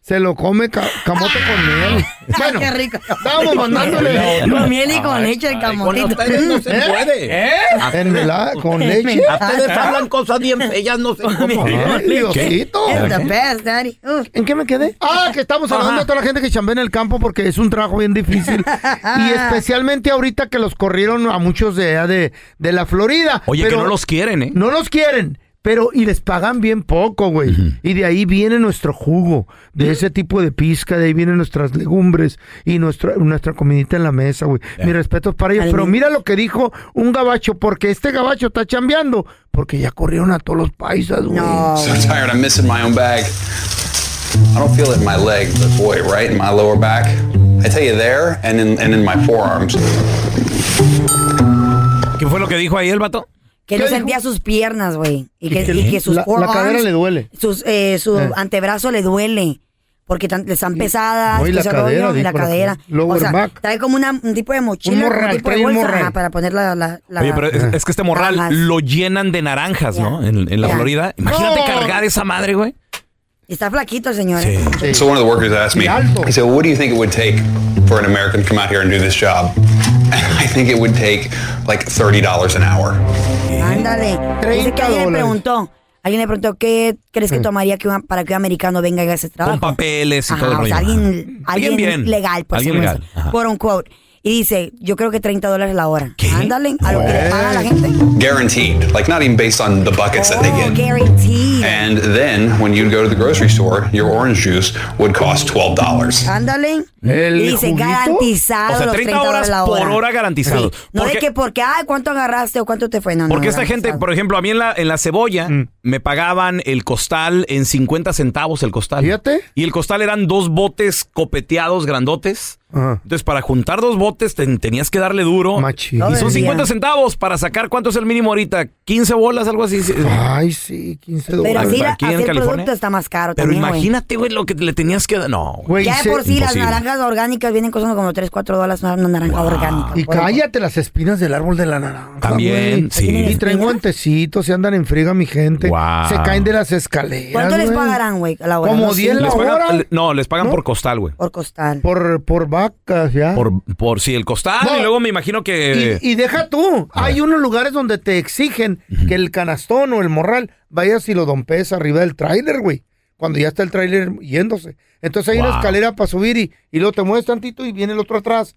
Speaker 1: Se lo come ca- camote con miel.
Speaker 2: Ah.
Speaker 1: Bueno,
Speaker 3: qué rico.
Speaker 1: estábamos mandándole.
Speaker 3: Con miel y con leche el
Speaker 9: Con
Speaker 3: camotito.
Speaker 9: ustedes no se
Speaker 1: ¿Eh?
Speaker 9: puede.
Speaker 1: ¿Eh? En verdad, con leche.
Speaker 9: A Ustedes hablan cosas bien feas, no sé cómo.
Speaker 2: ¿Eh?
Speaker 1: Ay, Diosito.
Speaker 3: It's the best, daddy. Uf.
Speaker 1: ¿En qué me quedé? Ah, que estamos hablando de toda la gente que chambea en el campo porque es un trabajo bien difícil. y especialmente ahorita que los corrieron a muchos de allá de, de la Florida.
Speaker 2: Oye, que no los quieren, ¿eh?
Speaker 1: No los quieren. Pero, y les pagan bien poco, güey. Y de ahí viene nuestro jugo, de ese tipo de pizca, de ahí vienen nuestras legumbres y nuestra, nuestra comidita en la mesa, güey. Mi respeto es para ellos. Pero mira lo que dijo un gabacho, porque este gabacho está chambeando, porque ya corrieron a todos los paisas, güey.
Speaker 10: So tired, I'm missing my own bag. I don't feel it in my leg, but boy, right in my lower back. I tell you, there and in, and in my forearms.
Speaker 2: ¿Qué fue lo que dijo ahí el vato?
Speaker 3: Que no sentía sus piernas, güey. Y que,
Speaker 2: qué
Speaker 3: y
Speaker 2: le-
Speaker 3: que sus
Speaker 2: la- la
Speaker 3: forearms,
Speaker 2: cadera le duele.
Speaker 3: Sus, eh, su
Speaker 2: Eh.
Speaker 3: antebrazo le duele. Porque tan- le están pesadas.
Speaker 1: No, y
Speaker 3: todo
Speaker 1: la
Speaker 3: ese
Speaker 1: cadera,
Speaker 3: rollo, y la
Speaker 1: dijo la
Speaker 3: cadera.
Speaker 1: que- lower
Speaker 3: o sea,
Speaker 1: back.
Speaker 3: trae como una- un tipo de mochila.
Speaker 1: Un
Speaker 3: como
Speaker 1: morral,
Speaker 3: tipo de
Speaker 1: trae un
Speaker 3: bolsa,
Speaker 1: morral.
Speaker 3: ajá, para poner la... la- la-
Speaker 2: Oye, pero es, es que este morral
Speaker 3: Ajá.
Speaker 2: lo llenan de naranjas, ¿no? En, en la
Speaker 3: Ya.
Speaker 2: Florida. Imagínate
Speaker 3: No.
Speaker 2: cargar esa madre, güey.
Speaker 3: Está flaquito el señor. ¿eh?
Speaker 10: So one of the workers asked me, he said, what do you think it would take for an American to come out here and do this job? I think it would take like $30 an hour.
Speaker 3: Ándale. Dice que alguien le
Speaker 10: dólares.
Speaker 3: preguntó. Alguien le preguntó qué crees que tomaría que un- para que un americano venga y haga ese trabajo.
Speaker 2: Con papeles y
Speaker 3: Ajá,
Speaker 2: todo el
Speaker 3: o
Speaker 2: rollo.
Speaker 3: sea, alguien,
Speaker 2: Alguien
Speaker 3: alguien
Speaker 2: bien.
Speaker 3: legal, pues.
Speaker 2: Alguien
Speaker 3: como
Speaker 2: legal,
Speaker 3: es,
Speaker 2: ajá.
Speaker 3: quote unquote. y dice, yo creo que 30 dólares la hora. Ándale, a lo que le paga la gente.
Speaker 10: guaranteed like not even based on the buckets that they get
Speaker 3: Guaranteed.
Speaker 10: and then when you'd go to the grocery store your orange juice would cost $12
Speaker 3: Ándale.
Speaker 10: ¿El
Speaker 3: y dice,
Speaker 10: juguito?
Speaker 3: garantizado
Speaker 10: O sea,
Speaker 3: los
Speaker 10: 30
Speaker 3: 30
Speaker 2: horas
Speaker 3: dólares la
Speaker 2: por
Speaker 3: hora.
Speaker 2: hora garantizado.
Speaker 3: Sí. No es que porque, ay, ¿cuánto agarraste o cuánto te fue? Ah, No, no,
Speaker 2: Porque esta
Speaker 3: garantizado.
Speaker 2: gente, por ejemplo, a mí en la, en la cebolla
Speaker 1: Mm.
Speaker 2: me pagaban el costal en 50 centavos el costal. Fíjate. Y el costal eran dos botes copeteados grandotes. Entonces, para juntar dos botes ten- tenías que darle duro. Y
Speaker 1: Todo
Speaker 2: son
Speaker 1: el día.
Speaker 2: 50 centavos para sacar, ¿cuánto es el mínimo ahorita? ¿15 bolas, algo así?
Speaker 1: Ay, sí, 15
Speaker 3: Pero así, la-
Speaker 2: Aquí
Speaker 3: así
Speaker 2: en
Speaker 3: el producto
Speaker 2: California.
Speaker 3: está más caro
Speaker 2: Pero
Speaker 3: también, güey.
Speaker 2: imagínate, güey, lo que le tenías que dar. No, güey.
Speaker 3: ya de por sí las
Speaker 2: Imposible.
Speaker 3: naranjas orgánicas vienen costando como 3, 4 dólares una una naranja orgánica.
Speaker 1: Y cállate las espinas del árbol de la naranja. güey.
Speaker 2: También, sí.
Speaker 1: Y traen guantecitos, se andan en friega, mi gente. Se caen de las escaleras.
Speaker 3: ¿Cuánto les
Speaker 1: güey.
Speaker 3: pagarán, güey, a la hora?
Speaker 1: Como
Speaker 3: No sé.
Speaker 1: 10 la
Speaker 2: Les pagan-
Speaker 1: hora.
Speaker 2: no, les pagan por costal, güey.
Speaker 3: Por costal.
Speaker 1: Por, por vacas, ya.
Speaker 2: Por, por si el costal.
Speaker 1: No.
Speaker 2: Y luego me imagino que.
Speaker 1: Y deja tú, hay unos lugares donde te exigen que el canastón o el morral vayas y lo dompees arriba del tráiler, güey. Cuando ya está el tráiler yéndose. Entonces hay una
Speaker 11: Wow.
Speaker 1: escalera para subir y, y luego te mueves tantito y viene el otro atrás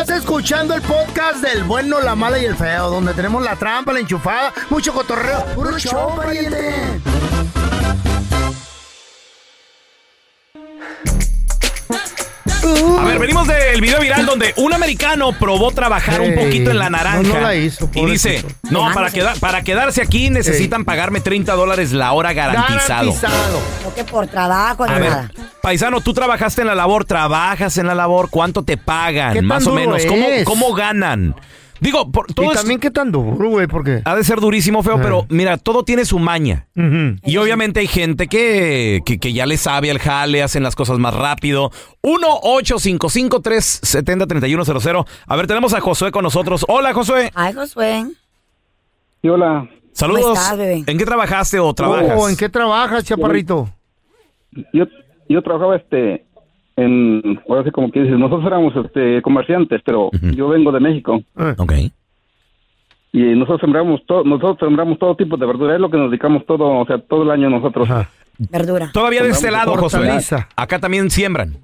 Speaker 1: Estás escuchando el podcast del bueno, la mala y el feo, donde tenemos la trampa, la enchufada, mucho cotorreo. ¡Puro show, pariente!
Speaker 2: A ver, venimos del video viral donde un americano probó trabajar un
Speaker 1: Ey,
Speaker 2: poquito en la
Speaker 1: no,
Speaker 2: naranja.
Speaker 1: no la hizo,
Speaker 2: y dice,
Speaker 1: pobrecito.
Speaker 2: no, para, quedar- para quedarse aquí necesitan pagarme 30 dólares la hora garantizado.
Speaker 3: No que por trabajo, ni
Speaker 2: A ver,
Speaker 3: nada.
Speaker 2: paisano, tú trabajaste en la labor, trabajas en la labor, ¿cuánto te pagan?
Speaker 1: ¿Qué tan
Speaker 2: más o
Speaker 1: duro
Speaker 2: menos, ¿Cómo,
Speaker 1: es?
Speaker 2: cómo ganan? Digo, por, todo
Speaker 1: y
Speaker 2: es-
Speaker 1: también qué tan duro, güey, porque...
Speaker 2: ha de ser durísimo, feo, pero mira, todo tiene su maña. Y obviamente hay gente que, que, que ya le sabe al jale, hacen las cosas más rápido. 1-855-370-3100. A ver, tenemos a Josué con nosotros. Hola, Josué.
Speaker 3: Ay, Josué.
Speaker 12: Sí, hola.
Speaker 2: Saludos.
Speaker 3: ¿Cómo estás, bebé?
Speaker 2: ¿En qué trabajaste o trabajas?
Speaker 1: Oh, ¿En qué trabajas, chaparrito?
Speaker 12: Yo, yo trabajaba este en ahora sí como que dices, nosotros éramos este comerciantes, pero yo vengo de México. Y nosotros sembramos todo, nosotros sembramos todo tipo de verduras, es lo que nos dedicamos todo, o sea, todo el año nosotros.
Speaker 3: Verdura.
Speaker 2: Todavía de este lado,
Speaker 12: Sembramos
Speaker 2: Josué.
Speaker 12: hortaliza.
Speaker 2: Acá también siembran.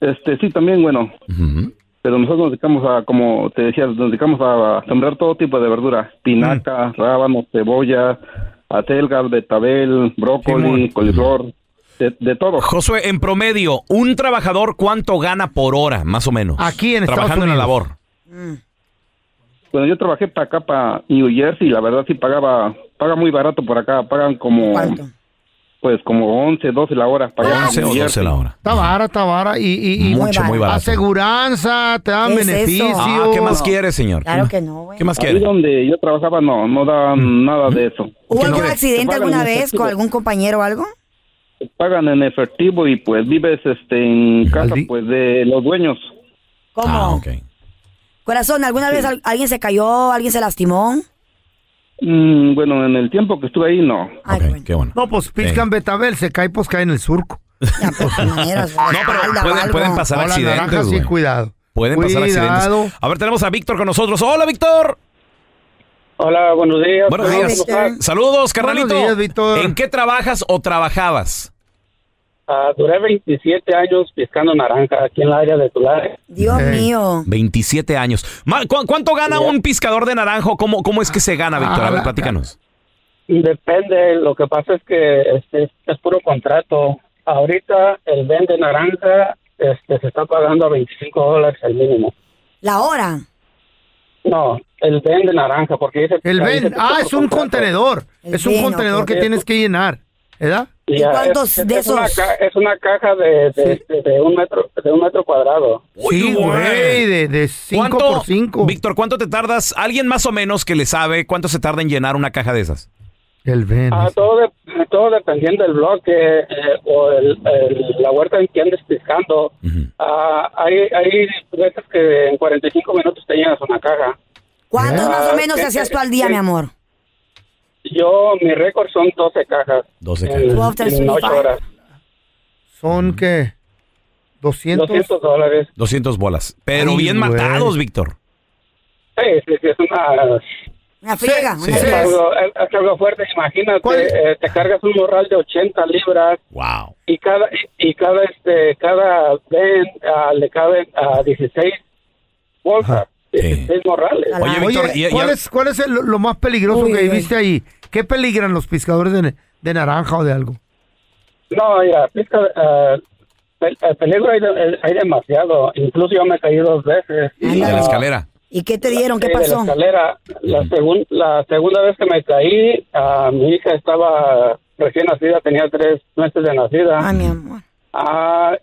Speaker 12: Este, sí, también, bueno. Pero nosotros nos dedicamos a, como te decía, nos dedicamos a sembrar todo tipo de verdura. Pinaca, rábano, cebolla, atelgas, betabel, brócoli, coliflor, de, de todo.
Speaker 2: Josué, en promedio, un trabajador, ¿cuánto gana por hora, más o menos?
Speaker 12: Aquí en Estados
Speaker 2: Trabajando en la
Speaker 12: Unidos.
Speaker 2: labor.
Speaker 12: Bueno, yo trabajé para acá, para New Jersey, y la verdad sí pagaba, paga muy barato por acá, pagan como, pues como 11, 12 la hora. Pagaba
Speaker 2: 11 o 12 la hora.
Speaker 1: Está vara, está vara. Y, y, y
Speaker 2: Mucho, muy barato.
Speaker 1: Aseguranza, te dan beneficios.
Speaker 2: Ah, ¿Qué más quiere, señor?
Speaker 3: Claro que no, güey.
Speaker 2: ¿Qué más
Speaker 12: Ahí
Speaker 2: quiere?
Speaker 12: donde yo trabajaba no, no daban nada de eso.
Speaker 3: ¿Hubo algún
Speaker 12: Te
Speaker 3: accidente
Speaker 12: pagan
Speaker 3: alguna
Speaker 12: en
Speaker 3: vez
Speaker 12: efectivo,
Speaker 3: con algún compañero o algo?
Speaker 12: te Pagan en efectivo y pues vives este en casa pues de los dueños.
Speaker 3: ¿Cómo?
Speaker 2: Ah,
Speaker 3: Corazón, ¿alguna vez al- alguien se cayó, alguien se lastimó?
Speaker 12: Mm, bueno, en el tiempo que estuve ahí no.
Speaker 1: No, pues piscan betabel, se cae, pues cae en el surco.
Speaker 3: no, pues,
Speaker 1: pero
Speaker 2: Pueden, pueden pasar accidentes, güey.
Speaker 1: cuidado.
Speaker 2: Pueden pasar
Speaker 1: Cuidado.
Speaker 2: accidentes. A ver, tenemos a Víctor con nosotros. Hola, Víctor.
Speaker 11: Hola, buenos días.
Speaker 2: Buenos
Speaker 11: ¿Cómo
Speaker 2: días.
Speaker 11: estás?
Speaker 2: Saludos, carnalito.
Speaker 11: días,
Speaker 2: ¿En qué trabajas o trabajabas?
Speaker 11: Ah, duré 27 años piscando naranja aquí en la área de Tulare.
Speaker 3: Dios mío.
Speaker 2: 27 años. Ma- ¿cu- ¿Cuánto gana un pescador de naranjo? ¿Cómo, cómo es que se gana, Víctor? A
Speaker 12: Ah,
Speaker 2: ver, platícanos.
Speaker 11: Depende, lo que pasa es que este, es puro contrato. Ahorita el vende naranja este, se está pagando a 25 dólares el mínimo.
Speaker 3: La hora.
Speaker 11: No, el vende naranja, porque dice...
Speaker 1: El
Speaker 11: ahí
Speaker 1: ven,
Speaker 11: dice
Speaker 1: ah,
Speaker 11: por
Speaker 1: es un
Speaker 11: contrato.
Speaker 1: contenedor. Es un contenedor que tienes que llenar, ¿verdad?
Speaker 11: Ya, es, es Una ca- es una caja de, de, de- de un metro, de un metro cuadrado.
Speaker 1: Sí, güey, de, de cinco
Speaker 2: eh. ¿Cuánto,
Speaker 1: por cinco.
Speaker 2: Víctor, ¿cuánto te tardas? Alguien más o menos que le sabe cuánto se tarda en llenar una caja de esas.
Speaker 1: El ven.
Speaker 11: Ah, todo, de- todo dependiendo del bloque eh, o el- el- la huerta en que andes piscando. Ah, hay, hay veces que en 45 minutos te llenas una caja.
Speaker 3: ¿Cuántos más o
Speaker 11: Ah,
Speaker 3: menos
Speaker 11: eh,
Speaker 3: hacías tú
Speaker 11: eh,
Speaker 3: al día,
Speaker 11: eh,
Speaker 3: mi amor?
Speaker 11: Yo, mi récord son 12 cajas.
Speaker 2: 12
Speaker 1: cajas. 12
Speaker 11: En, en 8
Speaker 1: 25.
Speaker 11: horas.
Speaker 2: Mm.
Speaker 1: ¿Son qué? 200.
Speaker 11: 200 dólares.
Speaker 2: 200 bolas. Pero bien matados, Víctor.
Speaker 11: Sí, sí, sí, es una...
Speaker 3: Una friega.
Speaker 11: Sí, Es, algo, es- es algo fuerte, imagínate, eh, te cargas un morral de 80 libras.
Speaker 2: Wow.
Speaker 11: Y cada, y y cada, este, cada ven ah, le caben a 16 bolsas, 16 morrales.
Speaker 1: Oye, ¿cuál, es, cuál es el- lo más peligroso
Speaker 11: Uy,
Speaker 1: que
Speaker 11: uy,
Speaker 1: viste ahí? ¿Qué peligran los pescadores de, de naranja o de algo?
Speaker 11: No, ya, pesca, ah, pel- ah, peligro hay, de- hay demasiado. Incluso yo me caí dos veces.
Speaker 2: De
Speaker 11: Ah,
Speaker 2: la escalera.
Speaker 3: ¿Y qué te dieron? ¿Qué
Speaker 11: Sí, de la
Speaker 3: pasó?
Speaker 11: escalera. La, segun- la segunda vez que me caí, ah, mi hija estaba recién nacida, tenía tres meses de nacida. Ah,
Speaker 3: mi amor.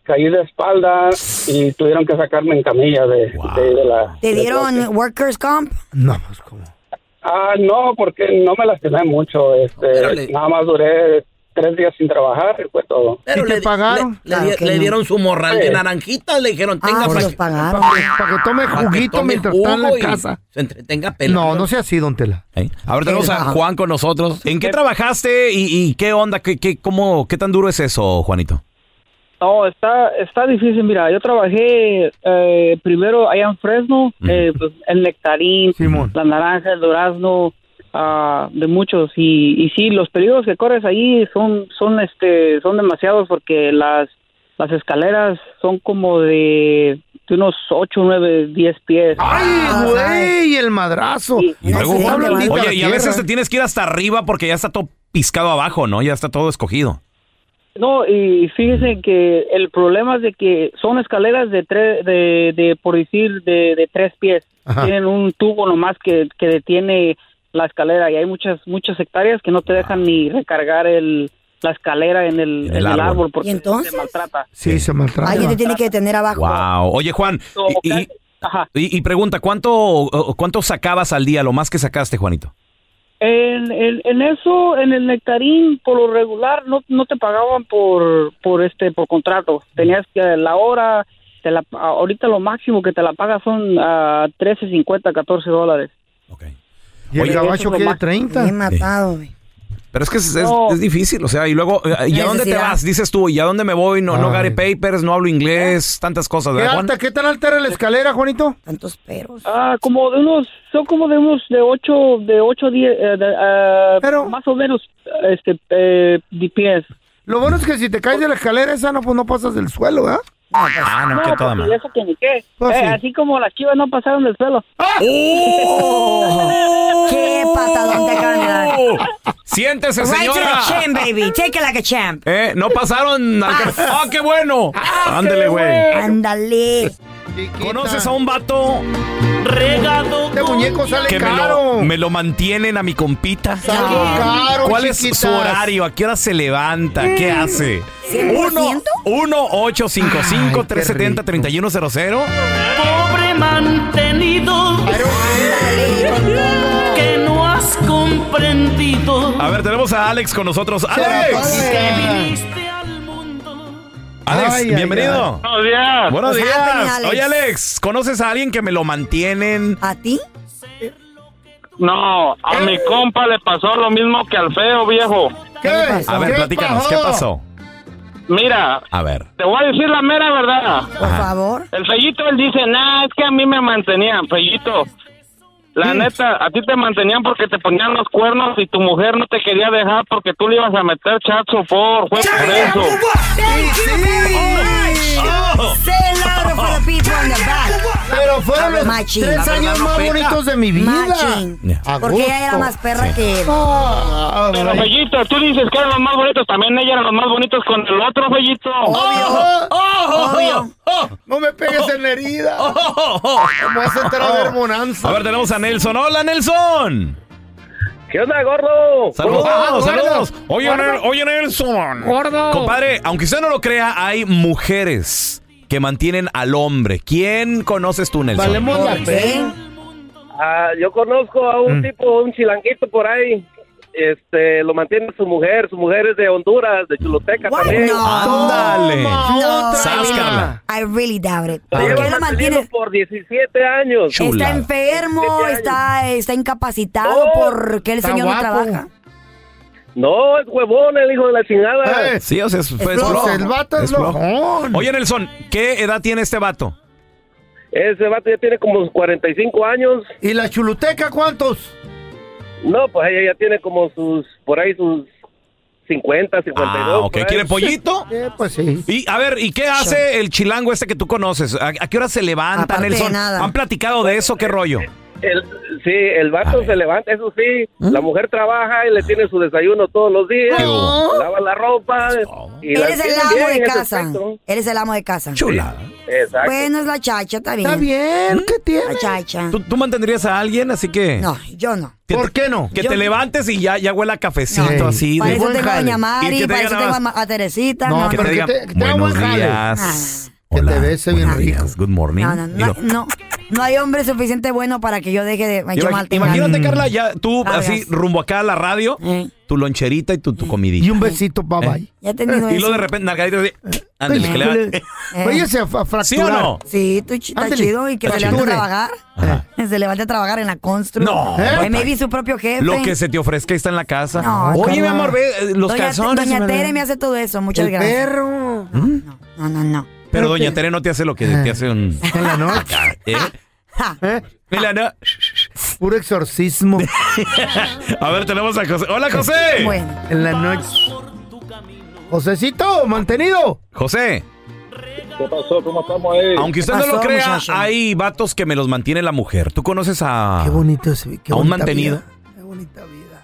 Speaker 11: caí de espalda y tuvieron que sacarme en camilla de, de- de la...
Speaker 3: ¿Te
Speaker 11: del
Speaker 3: dieron
Speaker 11: bote.
Speaker 3: workers comp?
Speaker 11: Ah, no, porque no me lastimé mucho. Este, nada más duré tres días sin trabajar y fue todo.
Speaker 9: Pero le,
Speaker 1: pagaron?
Speaker 9: Le, le-
Speaker 11: Claro que
Speaker 9: le
Speaker 11: no.
Speaker 9: dieron su morral
Speaker 11: Sí.
Speaker 9: de naranjitas, le
Speaker 1: Ah,
Speaker 9: dijeron, tenga para que,
Speaker 1: Para que
Speaker 2: Ah,
Speaker 1: tome
Speaker 9: para que
Speaker 1: juguito
Speaker 9: tome
Speaker 1: mientras está en la
Speaker 9: jugo y
Speaker 1: casa.
Speaker 9: Se entretenga pelando.
Speaker 1: No, no sea así, don Tela.
Speaker 2: Ahora tenemos ¿Eh? a
Speaker 9: Ajá.
Speaker 2: Juan con nosotros. ¿En qué trabajaste y, y qué onda? ¿Qué, qué, cómo, ¿Qué tan duro es eso, Juanito?
Speaker 13: No, está, está difícil. Mira, yo trabajé eh, primero allá en Fresno, eh, pues, el nectarín, la naranja, el durazno, ah, de muchos. Y, y sí, los peligros que corres ahí son, son, este, son demasiados porque las, las escaleras son como de, de unos 8, 9, 10 pies.
Speaker 1: ¡Ay, güey! El madrazo.
Speaker 2: Y luego,
Speaker 1: se habla ahorita la
Speaker 2: oye, y a veces
Speaker 1: tierra.
Speaker 2: te tienes que ir hasta arriba porque ya está todo piscado abajo, ¿no? Ya está todo escogido.
Speaker 13: No, y fíjense que el problema es de que son escaleras de tres, de, de, por decir, de, de tres pies.
Speaker 14: Ajá.
Speaker 13: Tienen un tubo nomás que, que detiene la escalera y hay muchas, muchas hectáreas que no te dejan ni recargar el, la escalera en Ah. el, en el árbol. porque se maltrata.
Speaker 1: Sí, se maltrata.
Speaker 3: Alguien te tiene que detener abajo.
Speaker 2: Wow. Oye, Juan, y, y- y- y pregunta, ¿cuánto, o- ¿cuánto sacabas al día, lo más que sacaste, Juanito?
Speaker 13: En, en, en eso, en el nectarín, por lo regular, no, no te pagaban por, por este por contrato. Tenías que la hora, te la, ahorita lo máximo que te la pagas son ah, 13.50, 14 dólares.
Speaker 1: Y el
Speaker 2: Oye,
Speaker 1: gabacho
Speaker 13: eso es
Speaker 1: quiere
Speaker 13: lo más-
Speaker 1: 30.
Speaker 13: Bien
Speaker 3: matado,
Speaker 2: Pero es que es, es-
Speaker 13: No.
Speaker 2: es difícil, o sea, y luego, eh, ¿y a dónde te
Speaker 1: Necesidad.
Speaker 2: vas? Dices tú, ¿y a dónde me voy? No, no haré papers, no hablo inglés, tantas cosas,
Speaker 1: ¿Qué,
Speaker 2: ¿verdad, Juan?
Speaker 1: alta, ¿Qué tan alta era la escalera, Juanito?
Speaker 3: Tantos peros.
Speaker 13: Ah, como de unos, son como de unos de 8, eh, de 8, 10, más o menos, este, eh, 10 pies.
Speaker 1: Lo bueno es que si te caes de la escalera esa, no, pues no pasas del suelo, ¿verdad?
Speaker 2: Ah, no, que toda
Speaker 13: pues,
Speaker 2: madre.
Speaker 13: eso que ni qué.
Speaker 1: Pues
Speaker 13: Eh,
Speaker 1: sí.
Speaker 13: Así como las chivas no pasaron del suelo.
Speaker 2: ¡Ah!
Speaker 13: ¡Oh!
Speaker 3: ¡Qué patadón te acaban de dar!
Speaker 2: Siéntese,
Speaker 3: Right to
Speaker 2: Oh, señora.
Speaker 3: the chin, baby. Take it like a champ.
Speaker 2: Eh, no pasaron. al-
Speaker 3: Paz.
Speaker 2: ¡Ah, qué bueno! Ándale, güey.
Speaker 3: Ándale.
Speaker 2: ¿Conoces a un vato regado?
Speaker 1: Este muñeco sale
Speaker 2: Que me
Speaker 1: caro.
Speaker 2: lo, me lo mantienen a mi compita.
Speaker 1: Sale caro,
Speaker 2: ¿Cuál es
Speaker 1: chiquitas.
Speaker 2: su horario? ¿A qué hora se levanta? ¿Qué
Speaker 1: Mm.
Speaker 2: hace?
Speaker 1: ¿Cien por
Speaker 2: 1-855-370-3100.
Speaker 5: Pobre mantenido. Que no has comprendido.
Speaker 2: A ver, tenemos a Alex con nosotros. ¡Alex! Alex,
Speaker 5: Ay, ay,
Speaker 2: bienvenido.
Speaker 5: ay.
Speaker 2: Buenos
Speaker 5: días.
Speaker 2: Buenos
Speaker 5: What's
Speaker 2: días.
Speaker 5: happening, Alex?
Speaker 2: Oye, Alex, ¿conoces a alguien que me lo mantienen?
Speaker 3: ¿A ti?
Speaker 5: No, a mi compa le pasó lo mismo que al feo, viejo.
Speaker 1: ¿Qué?
Speaker 2: A ver, platícanos, ¿qué pasó?
Speaker 5: Mira,
Speaker 2: A ver.
Speaker 5: te voy a decir la mera verdad.
Speaker 3: Por favor.
Speaker 5: El Fellito, él dice, nah, es que a mí me mantenían, Fellito.
Speaker 12: La neta, a ti te mantenían porque te ponían los cuernos y tu mujer no te quería dejar porque tú le ibas a meter chazo por, fue por eso.
Speaker 3: Thank you very
Speaker 1: Oh
Speaker 3: much. Say it louder for the people in the back.
Speaker 1: Pero fueron los
Speaker 3: Machín.
Speaker 1: tres
Speaker 3: La verdad
Speaker 1: años
Speaker 3: no
Speaker 1: más
Speaker 3: pega.
Speaker 1: bonitos de mi vida.
Speaker 3: Machín.
Speaker 1: A
Speaker 3: Porque ella era
Speaker 1: gusto.
Speaker 3: más perra
Speaker 1: Sí.
Speaker 3: que él.
Speaker 1: Ah,
Speaker 12: Pero, Fellito, tú dices que eran los más bonitos. También ella era los más bonitos con el otro, Fellito.
Speaker 1: ¡Oh!
Speaker 15: ¡Oh!
Speaker 1: ¡Oh! No me pegues en la herida.
Speaker 2: Oh,
Speaker 1: ¿Cómo vas a entrar a ver Monanza?
Speaker 2: A ver, tenemos a Nelson. ¡Hola, Nelson!
Speaker 14: ¿Qué onda, gordo?
Speaker 2: Saludos, Ah,
Speaker 14: Gordo.
Speaker 2: saludos. Oye,
Speaker 14: Gordo.
Speaker 2: Nel- oye, Nelson.
Speaker 14: Gordo.
Speaker 2: Compadre, aunque usted no lo crea, hay mujeres que mantienen al hombre. ¿Quién conoces tú, Nelson?
Speaker 14: Ah, yo conozco a
Speaker 2: Mm.
Speaker 14: un tipo, un chilanguito por ahí. Este, lo mantiene su mujer. Su mujer es de Honduras, de Chuluteca también.
Speaker 2: ¡Ándale!
Speaker 3: No,
Speaker 2: Sáscala.
Speaker 3: I really doubt it.
Speaker 1: Ah,
Speaker 14: Lo
Speaker 3: ¿Por
Speaker 14: lleva
Speaker 3: qué
Speaker 14: manteniendo
Speaker 3: lo mantiene?
Speaker 14: por 17 años.
Speaker 3: Está enfermo, está, está incapacitado
Speaker 14: Oh,
Speaker 3: porque el
Speaker 14: está
Speaker 3: señor no
Speaker 14: guapo.
Speaker 3: trabaja.
Speaker 14: No, es huevón el hijo de la chingada.
Speaker 2: Sí, o sea, es, fue-
Speaker 14: Ah, eh. Es flojo.
Speaker 2: flojo.
Speaker 14: El vato es
Speaker 2: flojo.
Speaker 14: flojón.
Speaker 2: Oye, Nelson, ¿qué edad tiene este vato?
Speaker 14: Ese vato ya tiene como 45 años.
Speaker 1: ¿Y la chuluteca cuántos?
Speaker 14: No, pues ella ya tiene como sus, por ahí sus 50, 52.
Speaker 2: Ah, ok.
Speaker 14: por ahí.
Speaker 2: ¿Quiere pollito?
Speaker 14: Eh,
Speaker 1: pues sí.
Speaker 2: Y a ver, ¿y qué hace el chilango este que tú conoces? ¿A, a qué hora se levanta,
Speaker 14: Aparte de
Speaker 2: Nelson?
Speaker 14: nada.
Speaker 2: ¿Han platicado de eso? ¿Qué rollo?
Speaker 14: El, sí, el vato se levanta, eso sí. La mujer trabaja y le tiene su desayuno todos los días.
Speaker 3: ¿Mm? ¿Qué hubo?
Speaker 14: Lava la ropa. Y la
Speaker 3: Eres el
Speaker 14: tiene
Speaker 3: amo
Speaker 14: bien en ese
Speaker 3: de casa.
Speaker 14: aspecto.
Speaker 3: Eres el amo de casa.
Speaker 14: Exacto.
Speaker 3: Bueno, es la chacha, está bien. ¿Mm?
Speaker 1: Está bien, ¿qué tiene?
Speaker 3: La chacha.
Speaker 2: ¿Tú, tú mantendrías a alguien? Así que...
Speaker 3: No, yo no.
Speaker 2: ¿Por qué no? Que
Speaker 3: Yo-
Speaker 2: te levantes y ya, ya huela a cafecito
Speaker 1: No.
Speaker 2: así.
Speaker 3: Para
Speaker 2: de-
Speaker 3: eso tengo a Doña
Speaker 2: Y que
Speaker 3: Mari,
Speaker 2: te digan
Speaker 3: para eso
Speaker 2: nada
Speaker 3: tengo a
Speaker 2: más,
Speaker 3: Ma- a Teresita.
Speaker 2: No,
Speaker 3: No,
Speaker 2: que te
Speaker 3: no.
Speaker 2: digan,
Speaker 1: te- que te haga
Speaker 2: buenos
Speaker 1: buen jale".
Speaker 2: días.
Speaker 1: Que te bese bien rico.
Speaker 2: Good morning.
Speaker 3: Ah. No, no,
Speaker 2: Y
Speaker 3: no,
Speaker 2: lo-
Speaker 3: no, no hay hombre suficiente bueno para que yo deje de yo
Speaker 2: Imag-
Speaker 3: mal-
Speaker 2: imagínate,
Speaker 1: Mm.
Speaker 3: mal-
Speaker 2: Carla, ya tú
Speaker 3: Cargas.
Speaker 2: así rumbo acá a la radio,
Speaker 3: Eh.
Speaker 2: tu loncherita y tu, tu comidita. Eh.
Speaker 1: Y un besito, bye bye.
Speaker 3: Ya he tenido
Speaker 2: Y luego
Speaker 3: Eh. eso.
Speaker 2: de repente, Nargadito, así, ándele, que le va-
Speaker 3: Eh.
Speaker 1: Oye, se fa- fracturar.
Speaker 2: ¿Sí o no?
Speaker 3: Sí, tú ch- está
Speaker 1: Ándale.
Speaker 3: chido y que se levante a
Speaker 1: Fracture.
Speaker 3: trabajar. Se levante a trabajar en la constru.
Speaker 2: No,
Speaker 3: ¿Eh?
Speaker 2: ¿Eh?
Speaker 3: Maybe su propio jefe.
Speaker 2: Lo que se te ofrezca ahí está en la casa.
Speaker 3: No,
Speaker 2: Oye,
Speaker 3: Carla.
Speaker 2: mi amor, ve eh, los
Speaker 3: Doña,
Speaker 2: calzones.
Speaker 3: Doña
Speaker 2: ¿verdad?
Speaker 3: Tere me hace todo eso, muchas
Speaker 1: El
Speaker 3: gracias. Mm.
Speaker 1: perro.
Speaker 3: No, no, Ah. no.
Speaker 2: Pero Doña Tere no te hace lo que te hace un.
Speaker 1: En la noche.
Speaker 2: ¿Eh?
Speaker 1: ¿Eh?
Speaker 2: En la no-
Speaker 1: Puro exorcismo.
Speaker 2: A ver, tenemos a José. Hola, José.
Speaker 1: En la noche. Josecito, mantenido.
Speaker 2: José,
Speaker 16: ¿Qué pasó? ¿Cómo estamos ahí?
Speaker 2: aunque usted no lo crea, hay vatos que me los mantiene la mujer. ¿Tú conoces a,
Speaker 1: Qué bonito se ve. Qué
Speaker 2: a un
Speaker 1: bonita
Speaker 2: mantenido?
Speaker 1: vida.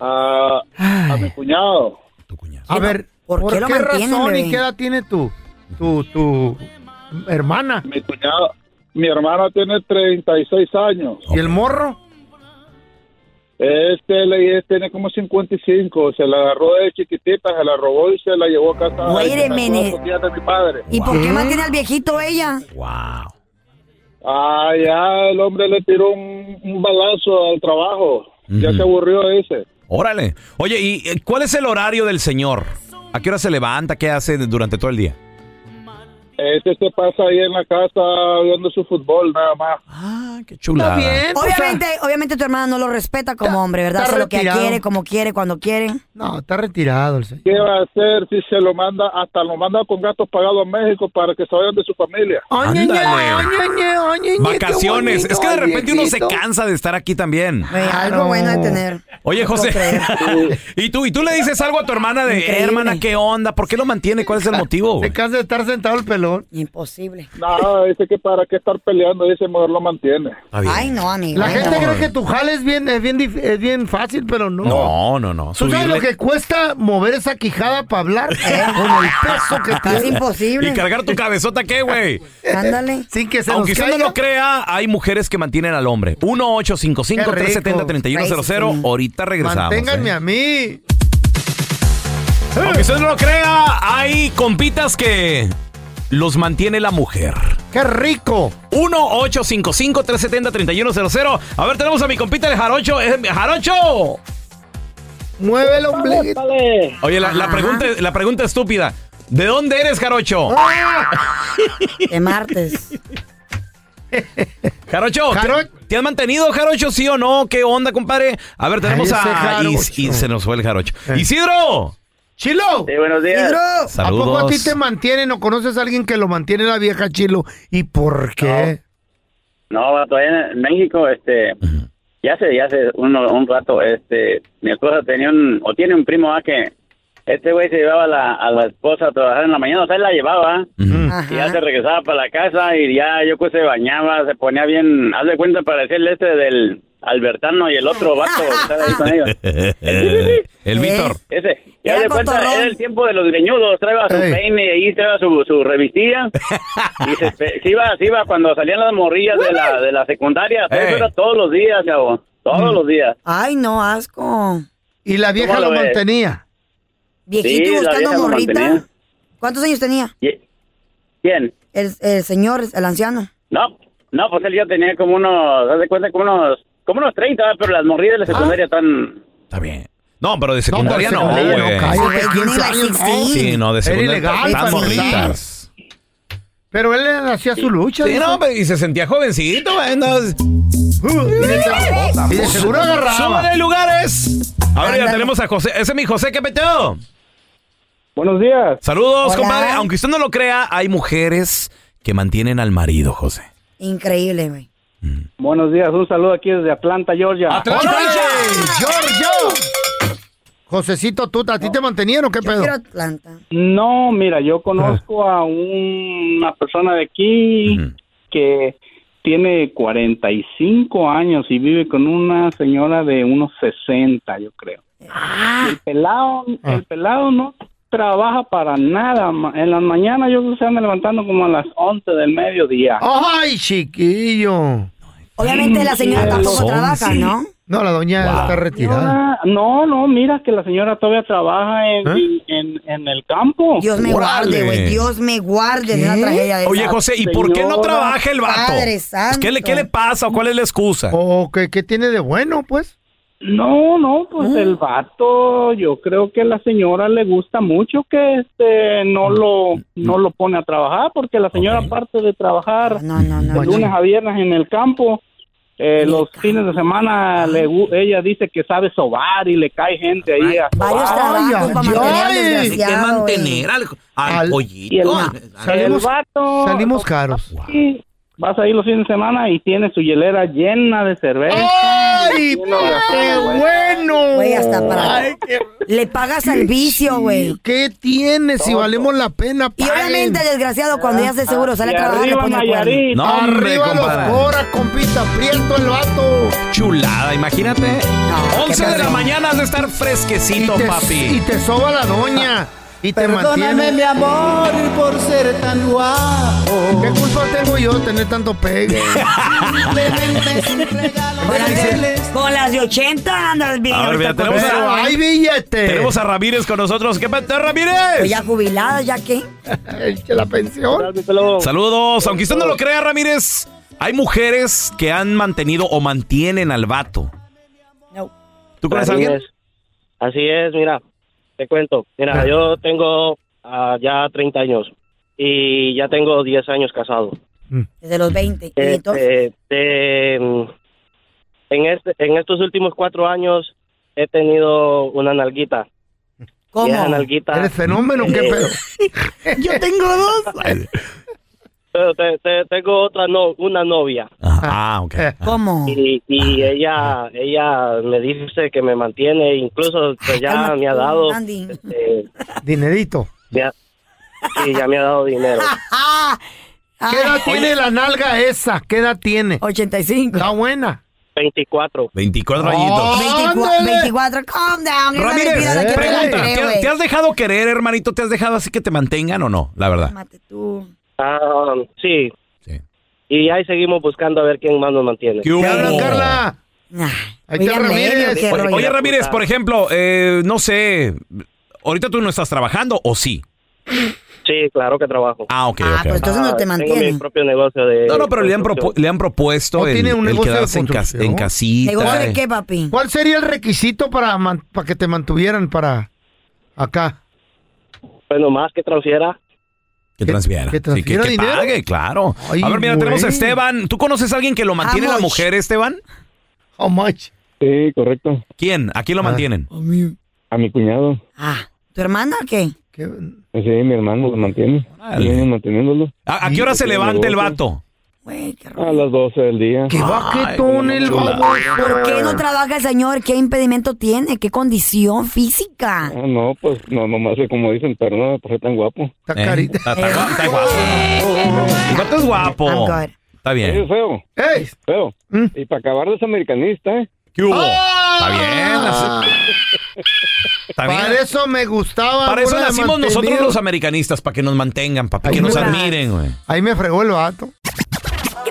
Speaker 16: A, a mi cuñado.
Speaker 1: A ver, ¿por,
Speaker 16: qué lo
Speaker 1: qué,
Speaker 16: mantienen,
Speaker 1: razón
Speaker 16: bebé?
Speaker 1: y qué edad tiene tu, tu, tu hermana?
Speaker 16: Mi cuñado, mi hermana tiene 36 años.
Speaker 1: ¿Y el morro?
Speaker 16: Este le este tiene como 55. Se la agarró de chiquitita, se la robó y se la llevó a casa.
Speaker 3: Wait a
Speaker 16: a
Speaker 3: minute.
Speaker 16: de mi padre.
Speaker 3: ¿Y por qué
Speaker 1: ¿Eh?
Speaker 3: mantiene al viejito ella?
Speaker 16: Ah, ya el hombre le tiró un, un balazo al trabajo. Ya se aburrió ese.
Speaker 2: Órale. Oye, ¿y eh, cuál es el horario del señor? ¿A qué hora se levanta? ¿Qué hace durante todo el día?
Speaker 16: Este se pasa ahí en la casa viendo su fútbol nada más.
Speaker 1: Ah,
Speaker 2: Qué chulada.
Speaker 3: obviamente, obviamente tu hermana no lo respeta como hombre, ¿verdad?
Speaker 1: está
Speaker 3: Hace lo que
Speaker 1: retirado.
Speaker 3: quiere, como quiere, cuando quiere.
Speaker 1: No, está retirado el señor.
Speaker 16: ¿Qué va a hacer si se lo manda, hasta lo manda con gastos pagados a México para que se vayan de su familia?
Speaker 2: Vacaciones. Es que de repente uno se cansa de estar aquí también.
Speaker 3: Algo bueno de tener.
Speaker 2: Oye, José. ¿Y tú, y tú le dices algo a tu hermana de, "Eh, hermana, ¿qué onda? ¿Por qué lo mantiene? ¿Cuál es el motivo? güey?"
Speaker 1: Cansa de estar sentado el pelón.
Speaker 3: Imposible.
Speaker 16: No, dice que para qué estar peleando, dice mejor lo mantiene.
Speaker 3: Ay, no, amigo.
Speaker 1: La
Speaker 3: ay,
Speaker 1: gente
Speaker 3: no.
Speaker 1: cree que tu jale es bien, es bien, dif- es bien fácil, pero no.
Speaker 2: No, no, no.
Speaker 1: ¿Tú Pues, sabes
Speaker 2: Subirle-
Speaker 1: lo que cuesta mover esa quijada para hablar? Con el peso que tiene.
Speaker 2: ¿Y cargar tu cabezota qué, güey?
Speaker 3: Ándale.
Speaker 1: Sin que se
Speaker 2: Aunque
Speaker 1: nos
Speaker 2: usted no
Speaker 1: caiga.
Speaker 2: lo crea, hay mujeres que mantienen al hombre. 1-855-370-3100. Ahorita regresamos.
Speaker 1: Manténganme
Speaker 2: ¿eh?
Speaker 1: a mí.
Speaker 2: Aunque usted no lo crea, hay compitas que los mantiene la mujer.
Speaker 1: ¡Qué rico!
Speaker 2: 1-855-370-3100. A ver, tenemos a mi compita el Jarocho. ¿Es el ¡Jarocho!
Speaker 1: Mueve el ombligo.
Speaker 2: Oye, la, la pregunta, la pregunta estúpida. ¿De dónde eres, Jarocho?
Speaker 1: Ah.
Speaker 3: De martes.
Speaker 2: Jarocho, ¿te- ¿te, has mantenido, Jarocho, sí o no? ¿Qué onda, compadre? A ver, tenemos
Speaker 1: Ese
Speaker 2: a... Y,
Speaker 1: Jarocho.
Speaker 2: y se nos fue el Jarocho. ¡Isidro!
Speaker 1: ¡Chilo!
Speaker 16: buenos días.
Speaker 1: ¿A poco a ti
Speaker 2: Saludos.
Speaker 1: te mantienen o conoces a alguien que lo mantiene la vieja Chilo? ¿Y por qué?
Speaker 5: No, vato, allá en México, este, ya hace, ya hace uno- un rato, este, mi esposa tenía un, o tiene un primo, ah, que este güey se llevaba la- a la esposa a trabajar en la mañana, o sea, él la llevaba, ah, y ya se regresaba para la casa, y ya yo pues se bañaba, se ponía bien, haz de cuenta para decirle este del Albertano y el otro vato, estaba ahí con ellos.
Speaker 2: El Víctor.
Speaker 5: Ese. Y haz de cuenta, era el tiempo de los greñudos. Traía su
Speaker 2: Ey.
Speaker 5: peine y ahí traía su, su revistilla. y se, pe- se iba, se iba cuando salían las morrillas de la, de la secundaria. Pero Eso
Speaker 3: Ey.
Speaker 5: era todos los días, chavo. Todos los días.
Speaker 3: Ay, no, asco.
Speaker 1: Y la
Speaker 5: vieja ¿Cómo lo lo ves?
Speaker 1: mantenía.
Speaker 3: Viejito
Speaker 5: Sí, la
Speaker 3: buscando
Speaker 5: vieja lo
Speaker 3: morrita.
Speaker 5: mantenía.
Speaker 3: ¿Cuántos años tenía?
Speaker 5: ¿Quién?
Speaker 3: El, el señor, el anciano.
Speaker 5: No, no, pues él ya tenía como unos, haz de cuenta, como unos, como unos 30, pero las morrillas de la secundaria están...
Speaker 2: No, pero de secundaria
Speaker 5: pero
Speaker 2: no, güey.
Speaker 5: secundaria
Speaker 2: Sí,
Speaker 5: no, cállate,
Speaker 1: 15
Speaker 2: no.
Speaker 1: años, no.
Speaker 2: Sí, no, de
Speaker 1: Era
Speaker 2: secundaria.
Speaker 1: ilegal
Speaker 2: tan
Speaker 1: para empezar.
Speaker 2: morritas.
Speaker 1: Pero él hacía su lucha.
Speaker 2: Sí,
Speaker 1: dice.
Speaker 2: no, pero- y se sentía jovencito, güey. no.
Speaker 1: Y de seguro agarraba.
Speaker 2: Súbele lugares. Ahora ya tenemos a José. Ese es mi José, ¿qué peteo?
Speaker 17: Buenos días.
Speaker 2: Saludos,
Speaker 3: Hola.
Speaker 2: compadre. Aunque usted no lo crea, hay mujeres que mantienen al marido, José.
Speaker 3: Increíble, güey.
Speaker 17: Mm. Buenos días, un saludo aquí desde Atlanta, Georgia.
Speaker 1: Giorgio. Josecito, ¿tú a ti te mantenían o qué pedo?
Speaker 17: No, mira, yo conozco a un- una persona de aquí que tiene 45 años y vive con una señora de unos 60, yo creo.
Speaker 3: Ah.
Speaker 17: El pelado, el pelado no trabaja para nada. ma- En las mañanas yo se anda levantando como a las 11 del mediodía.
Speaker 1: Ah. Ay, chiquillo.
Speaker 3: Obviamente la señora tampoco trabaja, ¿no?
Speaker 1: No, la doña está retirada.
Speaker 17: Ah, No, no, mira que la señora todavía trabaja en,
Speaker 1: ¿Eh?
Speaker 17: en- en el campo.
Speaker 3: Dios me guarde, güey. Dios me guarde de una tragedia de
Speaker 2: Oye,
Speaker 3: esas.
Speaker 2: José, ¿y por qué no trabaja el vato? Pues,
Speaker 3: Padre santo.
Speaker 2: ¿Qué le, qué le pasa o cuál es la excusa?
Speaker 1: ¿O qué, qué tiene de bueno, pues?
Speaker 17: No, no, pues el vato, yo creo que la señora le gusta mucho que este no
Speaker 1: Mm.
Speaker 17: lo no lo pone a trabajar porque la señora aparte de trabajar de lunes a viernes en el campo eh, los fines de semana le gu- ella dice que sabe sobar y le cae gente ahí a sobar.
Speaker 9: Hay que
Speaker 3: eh.
Speaker 9: mantener al, al pollito.
Speaker 17: Y el,
Speaker 9: al-
Speaker 17: salimos,
Speaker 9: al-
Speaker 17: vato,
Speaker 1: salimos caros.
Speaker 17: Sí, vas ahí los fines de semana y tiene su hielera llena de cerveza.
Speaker 1: ¡Ay, qué bueno!
Speaker 3: Güey, hasta para-
Speaker 1: Ay, qué-
Speaker 3: Le pagas al vicio, güey.
Speaker 1: ¿Qué tiene si valemos la pena?
Speaker 3: Y obviamente,
Speaker 1: paguen?
Speaker 3: desgraciado, cuando ya se seguro sale a
Speaker 1: Y
Speaker 3: trabajar, le
Speaker 1: arriba
Speaker 3: pone el cuerno.
Speaker 1: Nayarit.
Speaker 2: No, hombre,
Speaker 1: Arriba los
Speaker 2: compadre.
Speaker 1: coras, compita, prieto el vato.
Speaker 2: Chulada, imagínate. 11 de
Speaker 1: pedo.
Speaker 2: la mañana has de estar fresquecito,
Speaker 1: Y te-
Speaker 2: papi. Ah.
Speaker 1: Y te soba la doña. Y te mantiene.
Speaker 18: mi amor por ser tan guapo.
Speaker 1: ¿Qué culpa tengo yo de tener tanto pegue?
Speaker 3: Con las de 80 andas bien.
Speaker 2: A ver, mira,
Speaker 3: ahorita
Speaker 2: tenemos
Speaker 3: con-
Speaker 2: a...
Speaker 1: billete!
Speaker 2: Tenemos a Ramírez con nosotros. ¿Qué pasa, Ramírez?
Speaker 3: Pues ya jubilado, ya qué.
Speaker 1: la pensión.
Speaker 2: Saludos. Aunque usted no lo crea, Ramírez, hay mujeres que han mantenido o mantienen al vato. ¿Tú conoces a
Speaker 18: Así
Speaker 2: alguien?
Speaker 18: es. Así es, mira, te cuento. Mira, yo tengo ah, ya 30 años y ya tengo 10 años casado.
Speaker 3: Desde los 20.
Speaker 18: Este,
Speaker 3: ¿Y entonces?
Speaker 18: de, mm, en, este, en estos últimos cuatro años he tenido una nalguita.
Speaker 1: ¿Cómo?
Speaker 18: Y esa nalguita,
Speaker 1: ¿Eres fenómeno? ¿Qué
Speaker 18: eh,
Speaker 1: pedo?
Speaker 3: Yo tengo dos.
Speaker 18: pero te- te- tengo otra, no, una novia.
Speaker 2: Ah, ok.
Speaker 3: ¿Cómo?
Speaker 18: Y, y ella ella me dice que me mantiene, incluso pues, ya me ha dado
Speaker 3: Andy.
Speaker 18: este,
Speaker 1: Dinerito.
Speaker 18: me ha- sí, ya me ha dado dinero.
Speaker 1: ¿Qué edad tiene la nalga esa? ¿Qué edad tiene?
Speaker 3: 85.
Speaker 1: Está buena.
Speaker 18: 24.
Speaker 2: 24
Speaker 1: Oh,
Speaker 2: añitos.
Speaker 3: 24, 24, calm down. esa
Speaker 2: Ramírez,
Speaker 3: mentira la que te la
Speaker 2: pregunta,
Speaker 3: cree,
Speaker 2: ¿te,
Speaker 3: güey.
Speaker 2: te has dejado querer, hermanito? ¿Te has dejado así que te mantengan o no? La verdad.
Speaker 18: Ah, sí. Y ahí seguimos buscando a ver quién más nos mantiene.
Speaker 2: ¿Qué hubo? ¿Qué hablan,
Speaker 1: Carla? Ahí
Speaker 3: está Oigan, Ramírez. medio, qué
Speaker 2: Oye,
Speaker 3: rollo.
Speaker 2: oye, Ramírez, por ejemplo, eh, no sé, ahorita tú no estás trabajando o sí.
Speaker 18: Sí, claro que trabajo.
Speaker 2: Ah, ok, ok.
Speaker 18: pues
Speaker 3: entonces no te
Speaker 18: Tengo
Speaker 3: mantiene.
Speaker 18: mi propio negocio de...
Speaker 2: No, no, pero le han, propu-
Speaker 18: propuesto
Speaker 2: le han propuesto
Speaker 18: ¿No
Speaker 2: el,
Speaker 18: tiene un
Speaker 2: el
Speaker 18: negocio de
Speaker 2: quedarse en, cas- en casita.
Speaker 3: ¿Negocio de qué, papi?
Speaker 1: ¿Cuál sería el requisito para, man- para que te mantuvieran para acá?
Speaker 18: Bueno, más que transfiera.
Speaker 2: Que transfiera.
Speaker 1: que
Speaker 2: Sí,
Speaker 1: transfiera
Speaker 2: que
Speaker 1: dinero.
Speaker 2: pague, claro.
Speaker 1: Ay,
Speaker 2: a ver, mira, tenemos a
Speaker 1: güey.
Speaker 2: Esteban. ¿Tú conoces a alguien que lo mantiene
Speaker 1: How
Speaker 2: la
Speaker 1: much?
Speaker 2: mujer, Esteban?
Speaker 1: How much?
Speaker 19: Sí, correcto.
Speaker 2: ¿Quién? ¿A quién lo mantienen?
Speaker 19: Ah. A mi cuñado.
Speaker 3: Ah, ¿tu hermana o qué?
Speaker 19: Sí, mi hermano lo mantiene. Viene manteniéndolo.
Speaker 2: ¿A, a qué hora se levanta el vato? Ah.
Speaker 19: A las 12 del día.
Speaker 1: ¡Qué baquetón el
Speaker 3: ¿Por qué no trabaja el señor? ¿Qué impedimento tiene? ¿Qué condición física?
Speaker 19: Ah, no, pues no, nomás que como dicen, pero no me pasé tan guapo.
Speaker 2: Eh,
Speaker 19: Está
Speaker 1: carita.
Speaker 19: Está, guapo.
Speaker 2: ¿Cuánto es guapo? Está bien.
Speaker 19: Es feo. Feo. Y para acabar de americanista, ¿eh?
Speaker 2: ¿Qué hubo? Está bien. las- está bien.
Speaker 1: Para eso me gustaba.
Speaker 2: Para eso
Speaker 1: bola de
Speaker 2: nacimos nosotros
Speaker 1: mantenido.
Speaker 2: los americanistas, para que nos mantengan, papi, que nos
Speaker 1: mira.
Speaker 2: admiren, güey.
Speaker 1: Ahí me fregó el vato.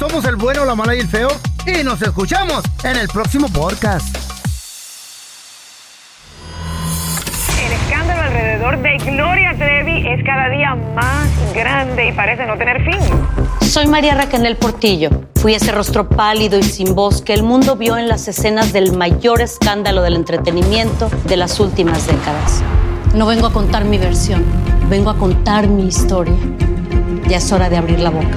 Speaker 1: Somos el bueno, la mala y el feo. Y nos escuchamos en el próximo podcast.
Speaker 20: El escándalo alrededor de Gloria Trevi es cada día más grande y parece no tener fin.
Speaker 21: Soy María Raquel Portillo. Fui ese rostro pálido y sin voz que el mundo vio en las escenas del mayor escándalo del entretenimiento de las últimas décadas. No vengo a contar mi versión, vengo a contar mi historia. Ya es hora de abrir la boca.